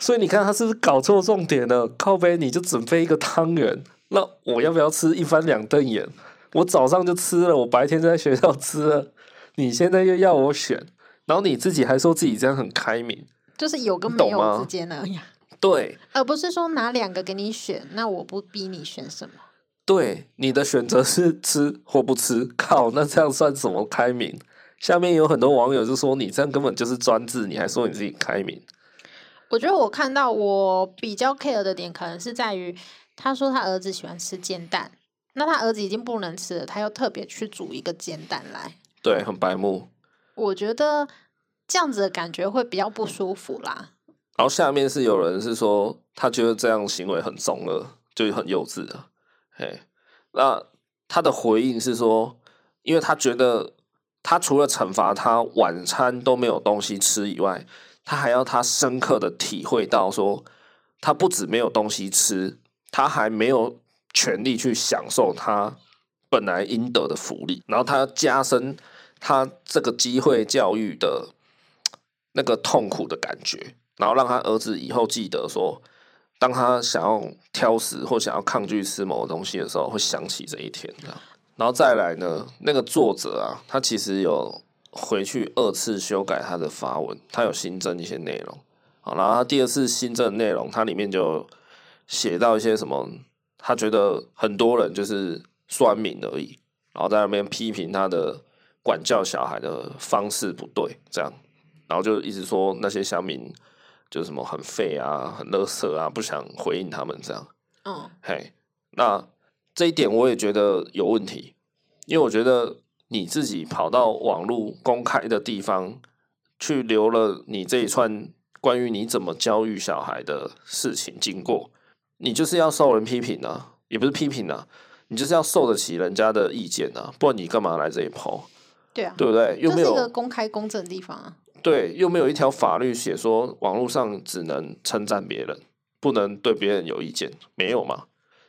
[SPEAKER 1] 所以你看他是不是搞错重点了？靠背你就准备一个汤圆，那我要不要吃一翻两瞪眼？我早上就吃了，我白天在学校吃了，你现在又要我选，然后你自己还说自己这样很开明，
[SPEAKER 2] 就是有跟
[SPEAKER 1] 你
[SPEAKER 2] 没
[SPEAKER 1] 懂
[SPEAKER 2] 有
[SPEAKER 1] 吗
[SPEAKER 2] 之间而已啊，
[SPEAKER 1] 对
[SPEAKER 2] 而不是说拿两个给你选，那我不逼你选什么。
[SPEAKER 1] 对，你的选择是吃或不吃，靠，那这样算什么开明？下面有很多网友就说你这样根本就是专制，你还说你自己开明，
[SPEAKER 2] 我觉得我看到我比较 care 的点，可能是在于他说他儿子喜欢吃煎蛋，那他儿子已经不能吃了，他又特别去煮一个煎蛋来，
[SPEAKER 1] 对，很白目。
[SPEAKER 2] 我觉得这样子的感觉会比较不舒服啦。
[SPEAKER 1] 然后下面是有人是说，他觉得这样行为很中二，就是很幼稚啊。嘿，那他的回应是说，因为他觉得他除了惩罚他晚餐都没有东西吃以外，他还要他深刻的体会到说，他不止没有东西吃，他还没有权利去享受他本来应得的福利，然后他要加深他这个机会教育的那个痛苦的感觉，然后让他儿子以后记得说，当他想要挑食或想要抗拒吃某个东西的时候，会想起这一天这样。然后再来呢，那个作者啊，他其实有回去二次修改他的发文，他有新增一些内容。好，然后他第二次新增的内容，它里面就写到一些什么，他觉得很多人就是酸民而已，然后在那边批评他的管教小孩的方式不对，这样，然后就一直说那些乡民就是什么很废啊、很垃圾啊，不想回应他们这样。
[SPEAKER 2] 嗯，
[SPEAKER 1] 嘿，那这一点我也觉得有问题，因为我觉得你自己跑到网络公开的地方去留了你这一串关于你怎么教育小孩的事情经过，你就是要受人批评啊，也不是批评啊，你就是要受得起人家的意见啊，不然你干嘛来这里跑，
[SPEAKER 2] 对啊，
[SPEAKER 1] 对不对？又
[SPEAKER 2] 这
[SPEAKER 1] 没
[SPEAKER 2] 是一
[SPEAKER 1] 有
[SPEAKER 2] 个公开公正的地方啊。
[SPEAKER 1] 对，又没有一条法律写说网络上只能称赞别人，不能对别人有意见，没有嘛？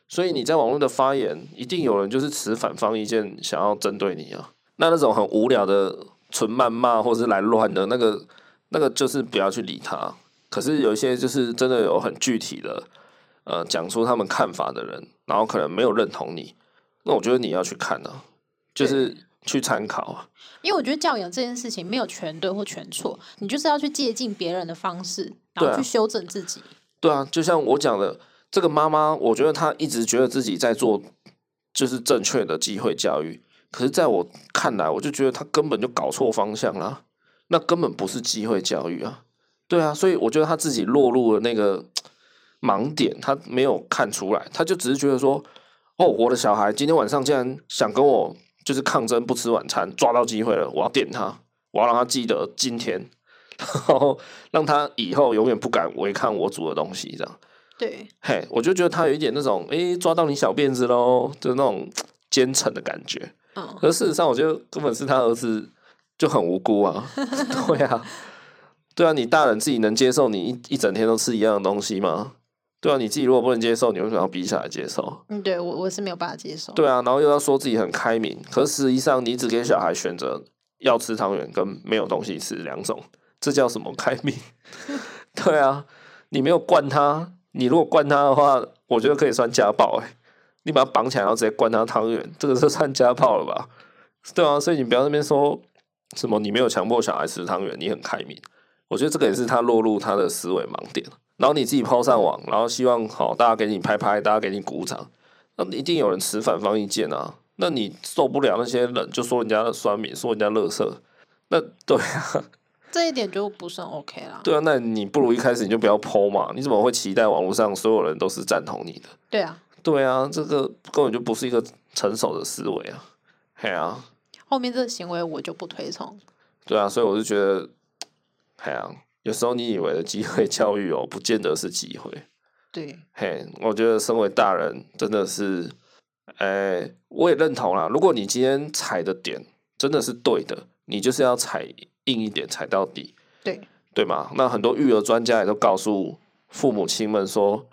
[SPEAKER 1] 所以你在网络的发言，一定有人就是持反方意见，想要针对你啊。那那种很无聊的纯谩骂或是来乱的那个，那个就是不要去理他。可是有一些就是真的有很具体的，呃，讲出他们看法的人，然后可能没有认同你，那我觉得你要去看啊，就是去参考啊。
[SPEAKER 2] 因为我觉得教养这件事情没有全对或全错，你就是要去借鉴别人的方式，然
[SPEAKER 1] 对
[SPEAKER 2] 后
[SPEAKER 1] 啊
[SPEAKER 2] 去修正自己。
[SPEAKER 1] 对啊，就像我讲的，这个妈妈，我觉得她一直觉得自己在做就是正确的机会教育，可是在我看来，我就觉得她根本就搞错方向啦，那根本不是机会教育啊。对啊，所以我觉得她自己落入了那个盲点，她没有看出来，她就只是觉得说，哦，我的小孩今天晚上竟然想跟我就是抗争不吃晚餐，抓到机会了，我要电他，我要让他记得今天， 然后让他以后永远不敢违抗我煮的东西，这样。
[SPEAKER 2] 对，
[SPEAKER 1] 嘿，我就觉得他有一点那种，诶、抓到你小辫子喽，就是那种奸臣的感觉。
[SPEAKER 2] 嗯，
[SPEAKER 1] 可是事实上，我觉得根本是他儿子就很无辜啊。对啊，对啊，你大人自己能接受你一一整天都吃一样的东西吗？对啊，你自己如果不能接受，你为什么要逼小孩接受？
[SPEAKER 2] 嗯，对我我是没有办法接受。
[SPEAKER 1] 对啊，然后又要说自己很开明，可实际上你只给小孩选择要吃汤圆跟没有东西吃两种，这叫什么开明？ 对啊，你没有惯他，你如果惯他的话，我觉得可以算家暴哎、你把他绑起来，然后直接灌他汤圆，这个就算家暴了吧？对啊，所以你不要在那边说什么你没有强迫小孩吃汤圆，你很开明。我觉得这个也是他落入他的思维盲点。然后你自己抛上网，然后希望好大家给你拍拍，大家给你鼓掌，那一定有人持反方意见啊。那你受不了那些人，就说人家的酸民，说人家垃圾，那 对啊，
[SPEAKER 2] 这一点就不是很 OK 啦。
[SPEAKER 1] 对啊，那你不如一开始你就不要剖嘛。你怎么会期待网络上所有人都是赞同你的？
[SPEAKER 2] 对啊，
[SPEAKER 1] 对啊，这个根本就不是一个成熟的思维啊。嘿啊，
[SPEAKER 2] 后面这个行为我就不推崇。
[SPEAKER 1] 对啊，所以我就觉得，嘿啊，有时候你以为的机会教育哦，不见得是机会。
[SPEAKER 2] 对，
[SPEAKER 1] 嘿，我觉得身为大人真的是，诶、我也认同啦。如果你今天踩的点真的是对的，你就是要踩硬一点，踩到底，
[SPEAKER 2] 对，
[SPEAKER 1] 对吗？那很多育儿专家也都告诉父母亲们说，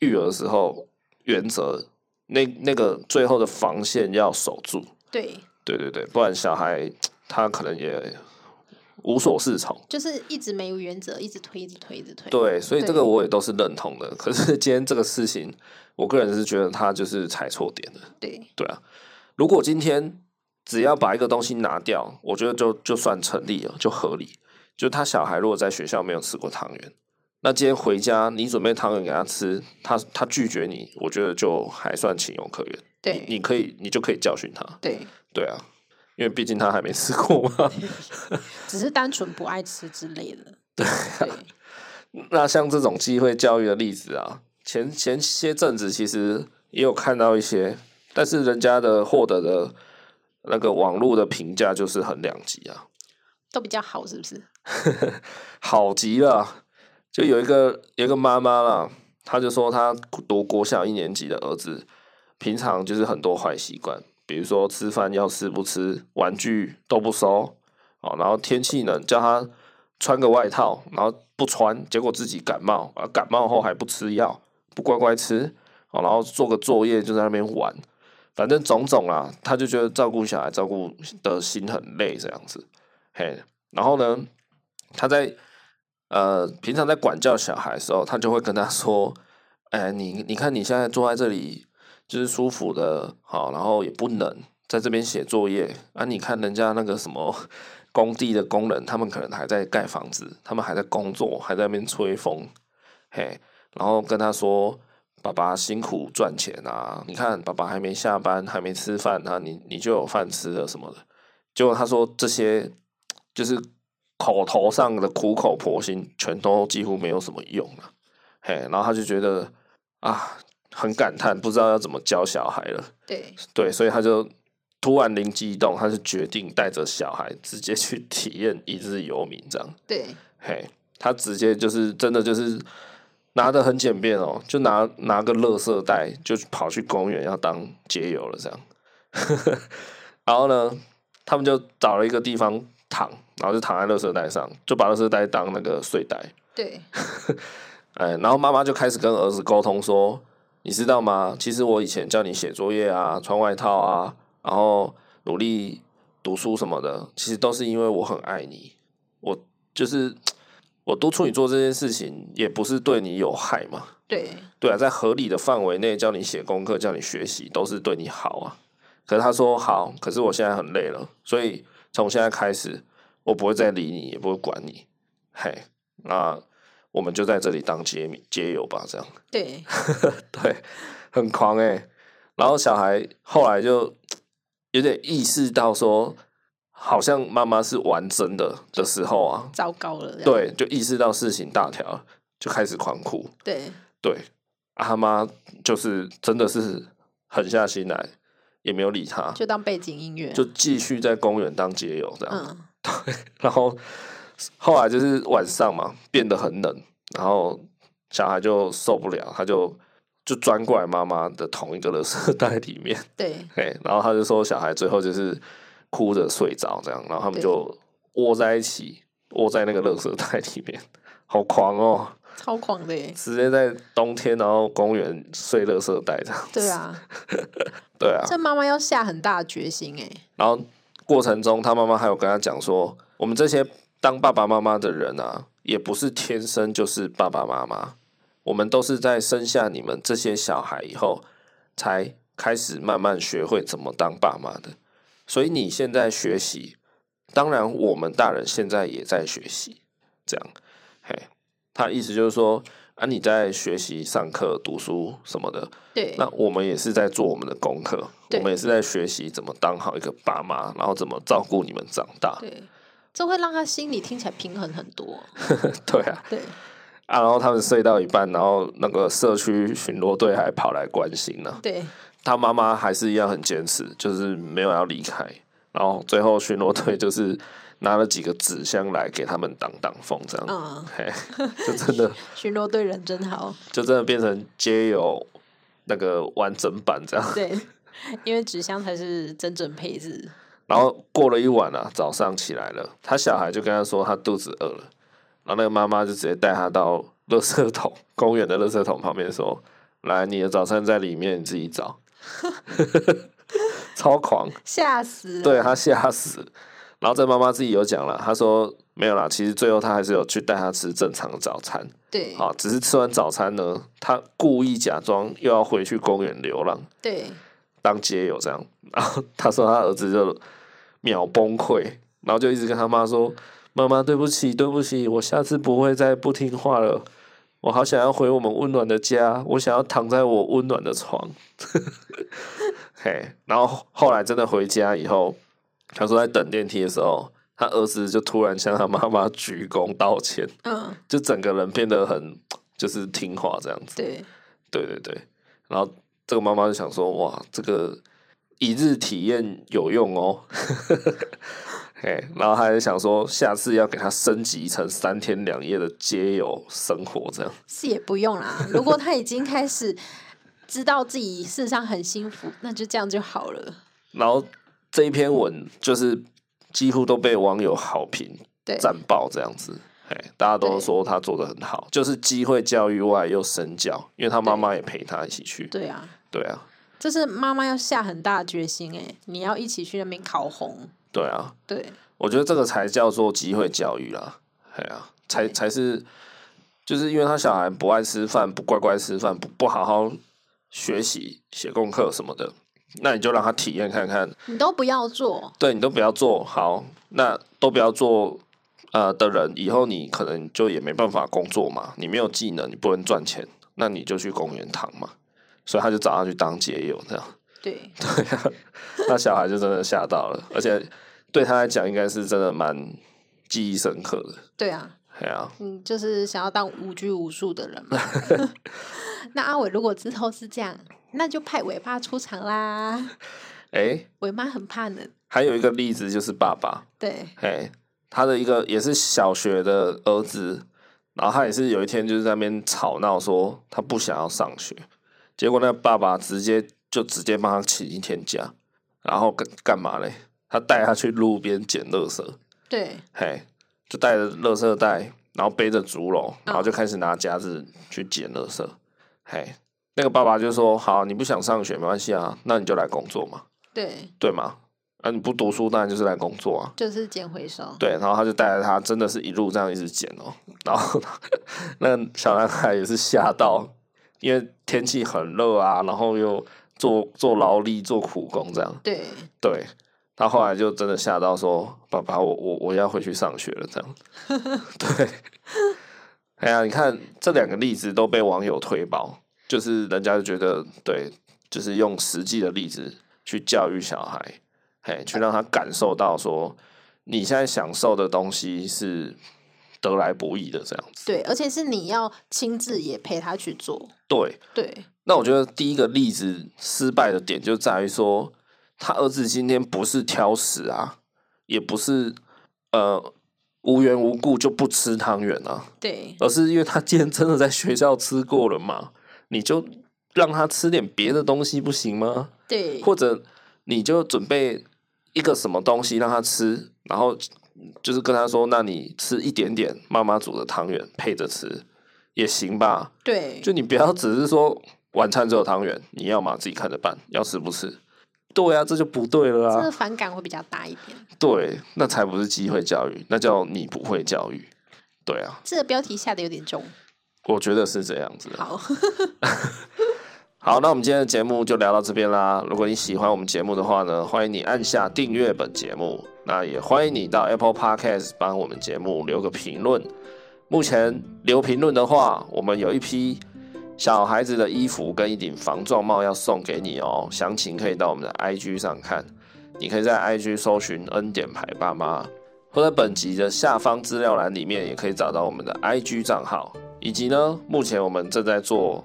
[SPEAKER 1] 育儿的时候原则那那个最后的防线要守住，
[SPEAKER 2] 对，
[SPEAKER 1] 对对对，不然小孩他可能也无所适从。
[SPEAKER 2] 就是一直没有原则，一直推，一直推，一直推。
[SPEAKER 1] 对，所以这
[SPEAKER 2] 对
[SPEAKER 1] 个我也都是认同的。可是今天这个事情，我个人是觉得他就是踩错点了。
[SPEAKER 2] 对
[SPEAKER 1] 对啊，如果今天只要把一个东西拿掉，我觉得就就算成立了，就合理。就他小孩如果在学校没有吃过汤圆，那今天回家你准备汤圆给他吃，他他拒绝你，我觉得就还算情有可原。你
[SPEAKER 2] 对
[SPEAKER 1] 你可以，你就可以教训他。
[SPEAKER 2] 对，
[SPEAKER 1] 对啊，因为毕竟他还没吃过嘛。
[SPEAKER 2] 只是单纯不爱吃之类的。对
[SPEAKER 1] 那像这种机会教育的例子啊，前前些阵子其实也有看到一些，但是人家的获得的那个网络的评价就是很两极啊，
[SPEAKER 2] 都比较好，是不是？
[SPEAKER 1] 好极了啊。就有一个有一个妈妈啦，她就说她读国小一年级的儿子，平常就是很多坏习惯，比如说吃饭要吃不吃，玩具都不收，哦，然后天气冷叫他穿个外套，然后不穿，结果自己感冒，啊，感冒后还不吃药，不乖乖吃，哦，然后做个作业就在那边玩，反正种种啦，他就觉得照顾小孩照顾的心很累这样子，嘿，然后呢，他在呃平常在管教小孩的时候，他就会跟他说，哎、你你看你现在坐在这里就是舒服的，好，然后也不冷，在这边写作业啊，你看人家那个什么工地的工人，他们可能还在盖房子，他们还在工作，还在那边吹风，嘿，然后跟他说。爸爸辛苦赚钱啊！你看，爸爸还没下班，还没吃饭啊，你你就有饭吃了什么的。结果他说这些就是口头上的苦口婆心，全都几乎没有什么用了、嘿，然后他就觉得啊，很感叹，不知道要怎么教小孩了。
[SPEAKER 2] 对，
[SPEAKER 1] 对，所以他就突然灵机一动，他就决定带着小孩直接去体验一日游民这样。
[SPEAKER 2] 对，
[SPEAKER 1] 嘿，他直接就是真的就是拿的很简便哦，就拿拿个垃圾袋就跑去公园要当街友了这样。 然后呢，他们就找了一个地方躺，然后就躺在垃圾袋上，就把垃圾袋当那个睡袋。
[SPEAKER 2] 对，
[SPEAKER 1] 哎，然后妈妈就开始跟儿子沟通说：“你知道吗？其实我以前叫你写作业啊、穿外套啊，然后努力读书什么的，其实都是因为我很爱你。我就是我督促你做这件事情，也不是对你有害嘛。
[SPEAKER 2] 对，
[SPEAKER 1] 对啊，在合理的范围内叫你写功课、叫你学习，都是对你好啊。可是他说好，可是我现在很累了，所以从现在开始，我不会再理你，也不会管你。嘿，那我们就在这里当街民街友吧，这样。
[SPEAKER 2] 对，
[SPEAKER 1] 对，很狂哎、然后小孩后来就有点意识到说，好像妈妈是玩真的的时候啊，
[SPEAKER 2] 糟糕了，这样，
[SPEAKER 1] 对，就意识到事情大条了，就开始狂哭。
[SPEAKER 2] 对，
[SPEAKER 1] 对，啊、他妈就是真的是狠下心来，也没有理他，
[SPEAKER 2] 就当背景音乐，
[SPEAKER 1] 就继续在公园当街友这样。
[SPEAKER 2] 嗯，
[SPEAKER 1] 然后后来就是晚上嘛，变得很冷，然后小孩就受不了，他就就钻过来妈妈的同一个垃圾袋里面，
[SPEAKER 2] 对，
[SPEAKER 1] 嘿，然后他就说小孩最后就是哭着睡着这样，然后他们
[SPEAKER 2] 对
[SPEAKER 1] 就窝在一起，窝在那个垃圾袋里面，好狂哦！
[SPEAKER 2] 超狂 的耶，
[SPEAKER 1] 直接在冬天，然后公园睡垃圾袋这样。
[SPEAKER 2] 对啊，
[SPEAKER 1] 对啊，
[SPEAKER 2] 这妈妈要下很大的决心哎，
[SPEAKER 1] 然后过程中，他妈妈还有跟他讲说，我们这些当爸爸妈妈的人啊，也不是天生就是爸爸妈妈，我们都是在生下你们这些小孩以后，才开始慢慢学会怎么当爸妈的。所以你现在学习，当然我们大人现在也在学习，这样，嘿，他的意思就是说，啊，你在学习、上课、读书什么的，
[SPEAKER 2] 对，
[SPEAKER 1] 那我们也是在做我们的功课，我
[SPEAKER 2] 对
[SPEAKER 1] 们也是在学习怎么当好一个爸妈，然后怎么照顾你们长大。
[SPEAKER 2] 对，这会让他心里听起来平衡很多，
[SPEAKER 1] 对啊，
[SPEAKER 2] 对，
[SPEAKER 1] 啊，然后他们睡到一半，然后那个社区巡逻队还跑来关心呢、
[SPEAKER 2] 对，
[SPEAKER 1] 他妈妈还是一样很坚持，就是没有要离开。然后最后巡逻队就是拿了几个纸箱来给他们挡挡风，这样，
[SPEAKER 2] 嗯，
[SPEAKER 1] 嘿，就真的
[SPEAKER 2] 巡逻队人真好，
[SPEAKER 1] 就真的变成街友那个完整版这样。
[SPEAKER 2] 对，因为纸箱才是真正配置，
[SPEAKER 1] 然后过了一晚啊，早上起来了，他小孩就跟他说他肚子饿了，然后那个妈妈就直接带他到垃圾桶公园的垃圾桶旁边说：“来，你的早餐在里面，你自己找。”超狂，
[SPEAKER 2] 吓死，
[SPEAKER 1] 对，他吓死。然后这妈妈自己有讲了，她说没有啦，其实最后她还是有去带他吃正常的早餐
[SPEAKER 2] 对，
[SPEAKER 1] 啊，只是吃完早餐呢，她故意假装又要回去公园流浪，
[SPEAKER 2] 对，
[SPEAKER 1] 当街友这样。 然后他说他儿子就秒崩溃，然后就一直跟他妈说：“妈妈，对不起，对不起，我下次不会再不听话了。我好想要回我们温暖的家，我想要躺在我温暖的床。” 嘿，然后后来真的回家以后，他说在等电梯的时候，他儿子就突然向他妈妈鞠躬道歉，
[SPEAKER 2] 嗯，
[SPEAKER 1] 就整个人变得很就是听话这样子。
[SPEAKER 2] 对，
[SPEAKER 1] 对对对，然后这个妈妈就想说，哇，这个一日体验有用哦， 哎，然后还在想说，下次要给他升级成三天两夜的街友生活这样。
[SPEAKER 2] 是也不用啦，如果他已经开始知道自己事实上很幸福，那就这样就好了，
[SPEAKER 1] 然后这一篇文就是几乎都被网友好评
[SPEAKER 2] 对，
[SPEAKER 1] 赞爆这样子，哎，大家都
[SPEAKER 2] 对
[SPEAKER 1] 说他做的很好，就是机会教育外又身教，因为他妈
[SPEAKER 2] 对
[SPEAKER 1] 妈也陪他一起去，
[SPEAKER 2] 对啊，
[SPEAKER 1] 对啊，
[SPEAKER 2] 这是妈妈要下很大的决心哎、你要一起去那边烤红，
[SPEAKER 1] 对啊，
[SPEAKER 2] 对，
[SPEAKER 1] 我觉得这个才叫做机会教育啦，哎呀、才才是，就是因为他小孩不爱吃饭，不乖乖吃饭，不不好好学习、写功课什么的，那你就让他体验看看，
[SPEAKER 2] 你都不要做，
[SPEAKER 1] 对你都不要做好，那都不要做。呃，的人以后你可能就也没办法工作嘛，你没有技能，你不能赚钱，那你就去公园躺嘛，所以他就找他去当街友这样。
[SPEAKER 2] 对，
[SPEAKER 1] 那小孩就真的吓到了，而且对他来讲应该是真的蛮记忆深刻的。
[SPEAKER 2] 对啊，
[SPEAKER 1] 哎呀、
[SPEAKER 2] 你就是想要当无拘无束的 人嘛。 那阿伟如果之后是这样，那就派伟爸出场啦。
[SPEAKER 1] 哎、
[SPEAKER 2] 伟妈很怕冷，
[SPEAKER 1] 还有一个例子就是爸爸，
[SPEAKER 2] 对，
[SPEAKER 1] 哎、他的一个也是小学的儿子，然后他也是有一天就是在那边吵闹说他不想要上学，结果那爸爸直接就直接帮他请一天假，然后干干嘛嘞？他带他去路边捡垃圾，
[SPEAKER 2] 对，
[SPEAKER 1] 嘿，就带着垃圾袋，然后背着竹篓，然后就开始拿夹子去捡垃圾。嘿，那个爸爸就说：“好，你不想上学没关系啊，那你就来工作嘛，
[SPEAKER 2] 对，
[SPEAKER 1] 对吗？啊，你不读书当然就是来工作啊。”
[SPEAKER 2] 就是捡回收，
[SPEAKER 1] 对，然后他就带着他，真的是一路这样一直捡哦。然后 那个小男孩也是吓到，因为天气很热啊，然后又做做劳力、做苦工这样。
[SPEAKER 2] 对，
[SPEAKER 1] 对，他后来就真的吓到说：“爸爸，我我我要回去上学了。”这样，对，哎呀，你看这两个例子都被网友推爆，就是人家就觉得对，就是用实际的例子去教育小孩，哎，去让他感受到说你现在享受的东西是得来不易的这样子。
[SPEAKER 2] 对，而且是你要亲自也陪他去做，
[SPEAKER 1] 对，
[SPEAKER 2] 对，
[SPEAKER 1] 那我觉得第一个例子失败的点就在于说，他儿子今天不是挑食啊，也不是呃无缘无故就不吃汤圆啊，
[SPEAKER 2] 对，
[SPEAKER 1] 而是因为他今天真的在学校吃过了嘛，你就让他吃点别的东西不行吗？
[SPEAKER 2] 对，
[SPEAKER 1] 或者你就准备一个什么东西让他吃，然后就是跟他说，那你吃一点点妈妈煮的汤圆配着吃也行吧？
[SPEAKER 2] 对，
[SPEAKER 1] 就你不要只是说晚餐只有汤圆，你要嘛自己看着办，要吃不吃？对啊，这就不对了
[SPEAKER 2] 这
[SPEAKER 1] 啊
[SPEAKER 2] 个！反感会比较大一点。
[SPEAKER 1] 对，那才不是机会教育，那叫你不会教育。对啊，
[SPEAKER 2] 这个标题下的有点重，
[SPEAKER 1] 我觉得是这样子的。啊
[SPEAKER 2] 好，
[SPEAKER 1] 好，那我们今天的节目就聊到这边啦。如果你喜欢我们节目的话呢，欢迎你按下订阅本节目，那也欢迎你到 Apple Podcast 帮我们节目留个评论。目前留评论的话，我们有一批小孩子的衣服跟一顶防撞帽要送给你哦，详情可以到我们的 IG 上看，你可以在 IG 搜寻“恩典牌爸妈”，或在本集的下方资料栏里面也可以找到我们的 IG 账号，以及呢，目前我们正在做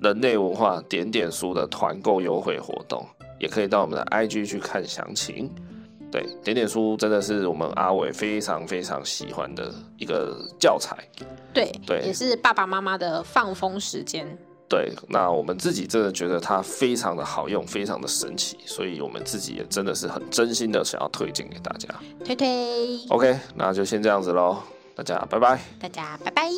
[SPEAKER 1] 人类文化点点书的团购优惠活动，也可以到我们的 IG 去看详情。对，点点书真的是我们阿伟非常非常喜欢的一个教材。
[SPEAKER 2] 对，
[SPEAKER 1] 对
[SPEAKER 2] 也是爸爸妈妈的放风时间，
[SPEAKER 1] 对，那我们自己真的觉得它非常的好用，非常的神奇，所以我们自己也真的是很真心的想要推荐给大家。
[SPEAKER 2] 推推，
[SPEAKER 1] OK，那就先这样子喽，大家拜拜。
[SPEAKER 2] 大家拜拜。